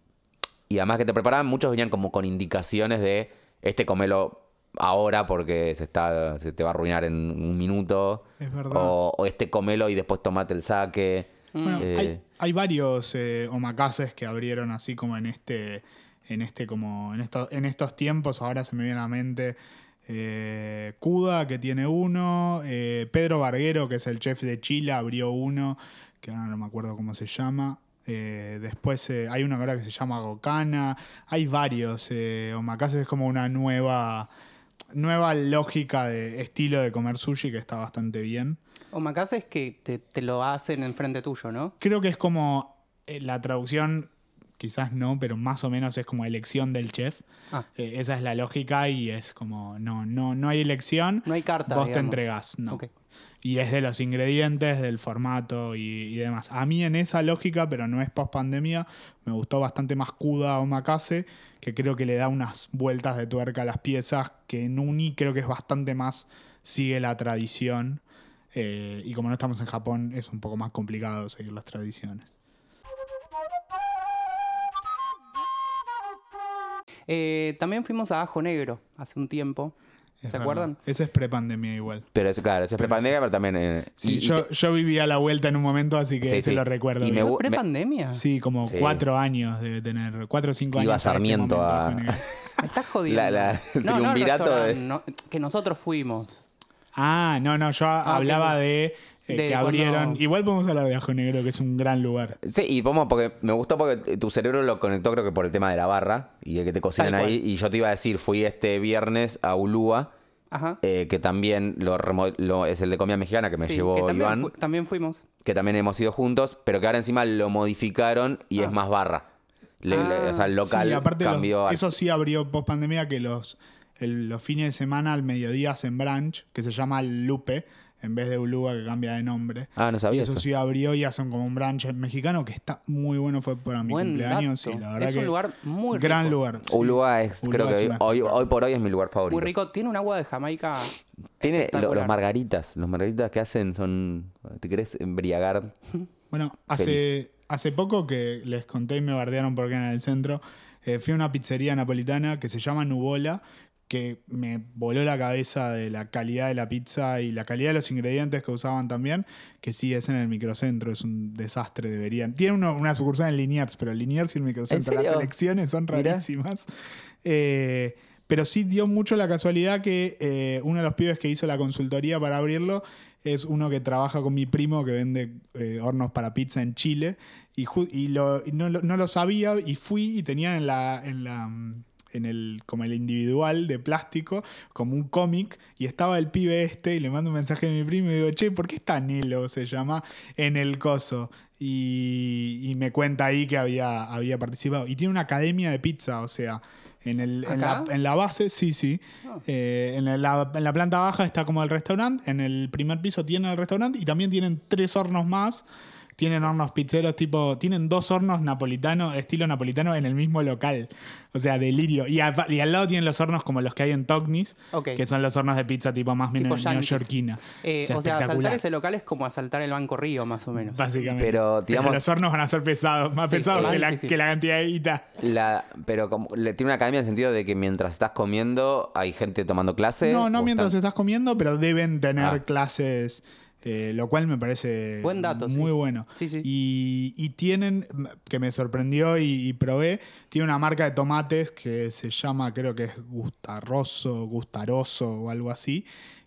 S1: Y, y además que te preparaban, muchos venían como con indicaciones de este comelo ahora porque se está se te va a arruinar en un minuto.
S3: Es verdad.
S1: O, o este comelo y después tomate el saque.
S3: Bueno,
S1: Eh,
S3: hay, hay varios eh, omakases que abrieron así como en este. En este, como. En estos, en estos tiempos. Ahora se me viene a la mente. eh, Kuda, que tiene uno. eh, Pedro Barguero, que es el chef de Chile, abrió uno. Que ahora no me acuerdo cómo se llama. Eh, después eh, hay una ahora que se llama Gokana. Hay varios. Eh, omakases es como una nueva. Nueva lógica de estilo de comer sushi que está bastante bien.
S2: Omakase es que te, te lo hacen enfrente tuyo, ¿no?
S3: Creo que es como eh, la traducción, quizás no, pero más o menos es como elección del chef.
S2: Ah.
S3: Eh, esa es la lógica y es como, no, no, no hay elección.
S2: No hay carta,
S3: Vos te
S2: digamos.
S3: entregás, no.
S2: Ok.
S3: Y es de los ingredientes, del formato y, y demás. A mí en esa lógica, pero no es post pandemia, me gustó bastante más Kuda o Makase, que creo que le da unas vueltas de tuerca a las piezas, que en Uni creo que es bastante más, sigue la tradición. Eh, y como no estamos en Japón, es un poco más complicado seguir las tradiciones.
S2: Eh, también fuimos a Ajo Negro hace un tiempo.
S3: Es
S2: ¿Se
S3: verdad.
S2: acuerdan?
S3: Ese es prepandemia igual.
S1: pero es, claro, ese es prepandemia, pero también. eh,
S3: Sí,
S1: y- y
S3: yo,
S1: te-
S3: yo viví a la vuelta en un momento, así que
S1: Sí,
S3: se
S1: sí.
S3: lo recuerdo.
S1: Y me
S3: bien.
S1: gu-
S2: ¿Fue ¿Pre-pandemia?
S3: Sí, como
S1: Sí.
S3: cuatro años debe tener, cuatro o cinco años.
S1: Iba
S3: en este
S1: Sarmiento
S3: momento,
S1: a-
S3: Juan Miguel.
S1: <laughs>
S2: Me estás jodiendo.
S1: La- la- el
S2: no, no, el
S1: triunvirato de-
S2: restaurante, no, que nosotros fuimos.
S3: Ah, no, no, yo hablaba
S2: ok.
S3: de, eh,
S2: De
S3: que abrieron.
S2: cuando-
S3: Igual podemos hablar de Ajo Negro, que es un gran lugar.
S1: Sí, y vamos, porque me gustó porque tu cerebro lo conectó, creo que por el tema de la barra y de que te cocinan
S2: Tal cual.
S1: ahí. Y yo te iba a decir, fui este viernes a Ulúa,
S2: Ajá.
S1: eh, que también lo, remo- lo- es el de comida mexicana que me
S2: Sí,
S1: llevó
S2: que también,
S1: Iván.
S2: fu- también fuimos.
S1: que también hemos ido juntos, pero que ahora encima lo modificaron y es más barra. Le- le- o sea, el local
S3: Ah. Sí, aparte, los-
S1: cambió. a-
S3: eso sí abrió post pandemia que los, el- los fines de semana al mediodía hacen brunch, que se llama Lupe, en vez de Uluga, que cambia de nombre.
S1: Ah, no sabía
S3: Y eso,
S1: eso.
S3: sí abrió y hacen como un brunch mexicano que está muy bueno, fue para mi
S2: Buen
S3: cumpleaños.
S2: dato.
S3: y la verdad
S2: Es un
S3: que-
S2: lugar muy
S3: Gran
S2: rico.
S3: lugar. sí.
S1: Ulúa es,
S3: Ulúa
S1: creo
S3: es
S1: que
S3: una-
S1: hoy, hoy por hoy es mi lugar favorito.
S2: Muy rico. Tiene un agua de Jamaica.
S1: Tiene lo- los
S2: espectacular.
S1: margaritas. Los margaritas que hacen son. ¿Te querés embriagar?
S3: Bueno, hace, hace poco que les conté y me bardearon porque era en el centro, eh, fui a una pizzería napolitana que se llama Nubola, que me voló la cabeza de la calidad de la pizza y la calidad de los ingredientes que usaban también, que sí es en el microcentro, es un desastre, deberían. Tiene uno- una sucursal en Liniers, pero Liniers y el microcentro, las
S1: serio?
S3: elecciones son
S1: Mirá.
S3: rarísimas. Eh, pero sí dio mucho la casualidad que eh, uno de los pibes que hizo la consultoría para abrirlo es uno que trabaja con mi primo que vende eh, hornos para pizza en Chile y, ju- y lo- y no, lo- no lo sabía y fui y tenía en la... En la mm, en el, como el individual de plástico, como un cómic, y estaba el pibe este, y le mando un mensaje a mi primo y digo, che, ¿por qué está Nelo? Se llama en el coso. Y, y me cuenta ahí que había, había participado. Y tiene una academia de pizza, o sea, en, el, en, la,
S2: ¿Acá?
S3: en la base, sí, sí.
S2: Ah.
S3: Eh, en, la, en la planta baja está como el restaurante, en el primer piso tienen el restaurante y también tienen tres hornos más. Tienen hornos pizzeros tipo, tienen dos hornos napolitanos, estilo napolitano, en el mismo local. O sea, delirio. Y, a- y al lado tienen los hornos como los que hay en Tognis,
S2: Ok.
S3: que son los hornos de pizza tipo más
S2: Tipo
S3: neo-
S2: yankees.
S3: neoyorquina.
S2: Eh,
S3: O sea,
S2: o sea,
S3: espectacular.
S2: asaltar ese local es como asaltar el Banco Río, más o menos.
S3: Básicamente.
S1: Pero, digamos-
S3: los hornos van a ser pesados, más
S2: Sí,
S3: pesados
S2: más
S3: que la,
S2: difícil.
S3: que la cantidad de guita.
S1: La, pero como- le, tiene una academia en el sentido de que mientras estás comiendo hay gente tomando clases.
S3: No, no
S1: o
S3: mientras
S1: están-
S3: estás comiendo, pero deben tener
S1: Ah.
S3: clases, eh, lo cual me parece
S2: Buen dato,
S3: muy
S2: sí.
S3: bueno.
S2: Sí, sí.
S3: Y, y tienen, que me sorprendió y, y probé, tiene una marca de tomates que se llama, creo que es Gustarroso, Gustaroso o algo así,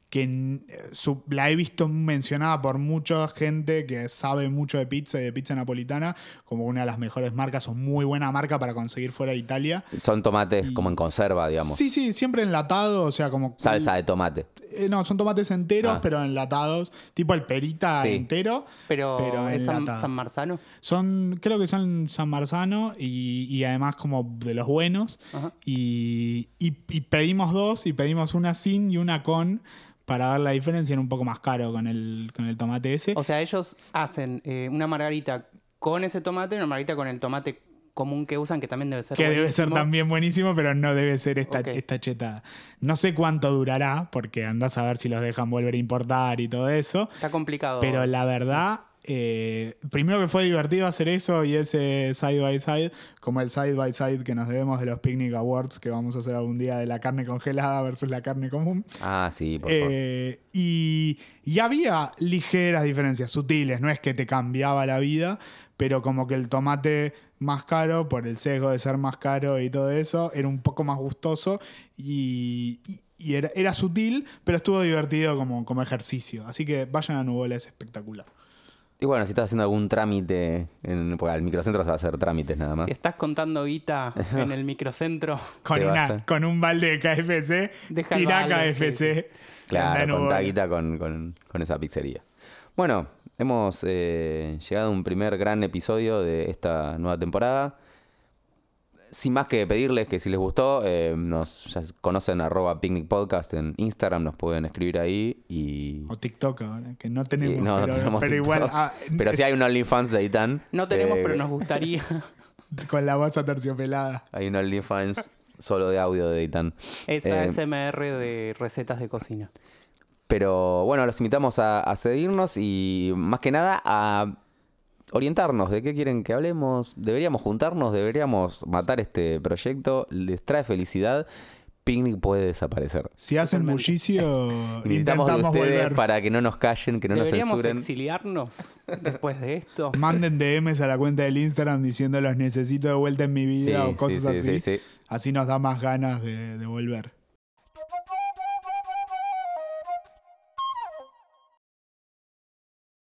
S3: que n- eh, su- la he visto mencionada por mucha gente que sabe mucho de pizza y de pizza napolitana como una de las mejores marcas o muy buena marca para conseguir fuera de Italia.
S1: Son tomates como en conserva, digamos.
S3: Sí, sí, siempre enlatado, o sea, como...
S1: Salsa de tomate.
S3: Eh, no, son tomates enteros,
S1: Ah.
S3: pero enlatados, tipo el perita
S1: Sí.
S3: entero.
S2: Pero, es San,
S3: enlatado.
S2: San Marzano.
S3: Son, creo que son San Marzano y, y además como de los buenos.
S2: Ajá.
S3: Y, y- y pedimos dos y pedimos una sin y una con para ver la diferencia. Era un poco más caro con el, con el tomate ese.
S2: O sea, ellos hacen eh, una margarita con ese tomate y una margarita con el tomate común que usan, que también debe ser.
S3: que debe ser
S2: buenísimo.
S3: también buenísimo, pero no debe ser esta,
S2: Ok.
S3: esta chetada. No sé cuánto durará, porque andás a ver si los dejan volver a importar y todo eso.
S2: Está complicado.
S3: Pero la verdad, eh, primero que fue divertido hacer eso y ese side by side, como el side by side que nos debemos de los Picnic Awards que vamos a hacer algún día de la carne congelada versus la carne común.
S1: Ah, sí, por favor.
S3: Eh, y, y había ligeras diferencias, sutiles, no es que te cambiaba la vida, pero como que el tomate más caro, por el sesgo de ser más caro y todo eso, era un poco más gustoso y, y- y era, era sutil, pero estuvo divertido como, como ejercicio. Así que vayan a Nubola, es espectacular.
S1: Y bueno, si estás haciendo algún trámite, en, porque al microcentro se va a hacer trámites nada más.
S2: Si estás contando
S1: <laughs>
S2: guita en el microcentro,
S3: Con,
S1: Te
S3: una-
S1: vas a-
S3: con un balde de KFC,
S2: Deja el
S3: tirá
S2: balde,
S3: KFC. andá a
S1: Claro, con
S3: Nubola.
S1: taguita con, con- con esa pizzería. Bueno, hemos eh, llegado a un primer gran episodio de esta nueva temporada. Sin más que pedirles que si les gustó, eh, nos ya conocen arroba picnic podcast en Instagram, nos pueden escribir ahí y...
S3: O TikTok ahora, que no
S1: y-
S3: tenemos,
S1: no, no
S3: pero,
S1: tenemos
S3: pero igual
S1: TikTok.
S3: ah,
S1: pero sí hay un OnlyFans de Itán.
S2: no tenemos,
S1: Eh,
S2: pero
S1: <laughs>
S2: nos gustaría.
S3: con la voz aterciopelada.
S1: Hay un OnlyFans solo de audio de Itán.
S2: Esa
S1: Eh,
S2: SMR de recetas de cocina.
S1: Pero bueno, los invitamos a, a seguirnos y más que nada a orientarnos de qué quieren que hablemos. Deberíamos juntarnos, deberíamos matar este proyecto. Les trae felicidad. Picnic puede desaparecer.
S3: Si
S1: <laughs>
S3: hacen bullicio,
S1: Necesitamos de
S3: intentamos
S1: ustedes
S3: volver.
S1: para que no nos callen, que no nos
S2: ¿Deberíamos
S1: censuren.
S2: exiliarnos después de
S1: <laughs>
S2: esto?
S3: Manden DMs a la cuenta del Instagram diciendo los necesito de vuelta en mi vida
S1: Sí,
S3: o cosas
S1: sí, sí,
S3: así.
S1: sí, sí.
S3: Así nos da más ganas de, de volver.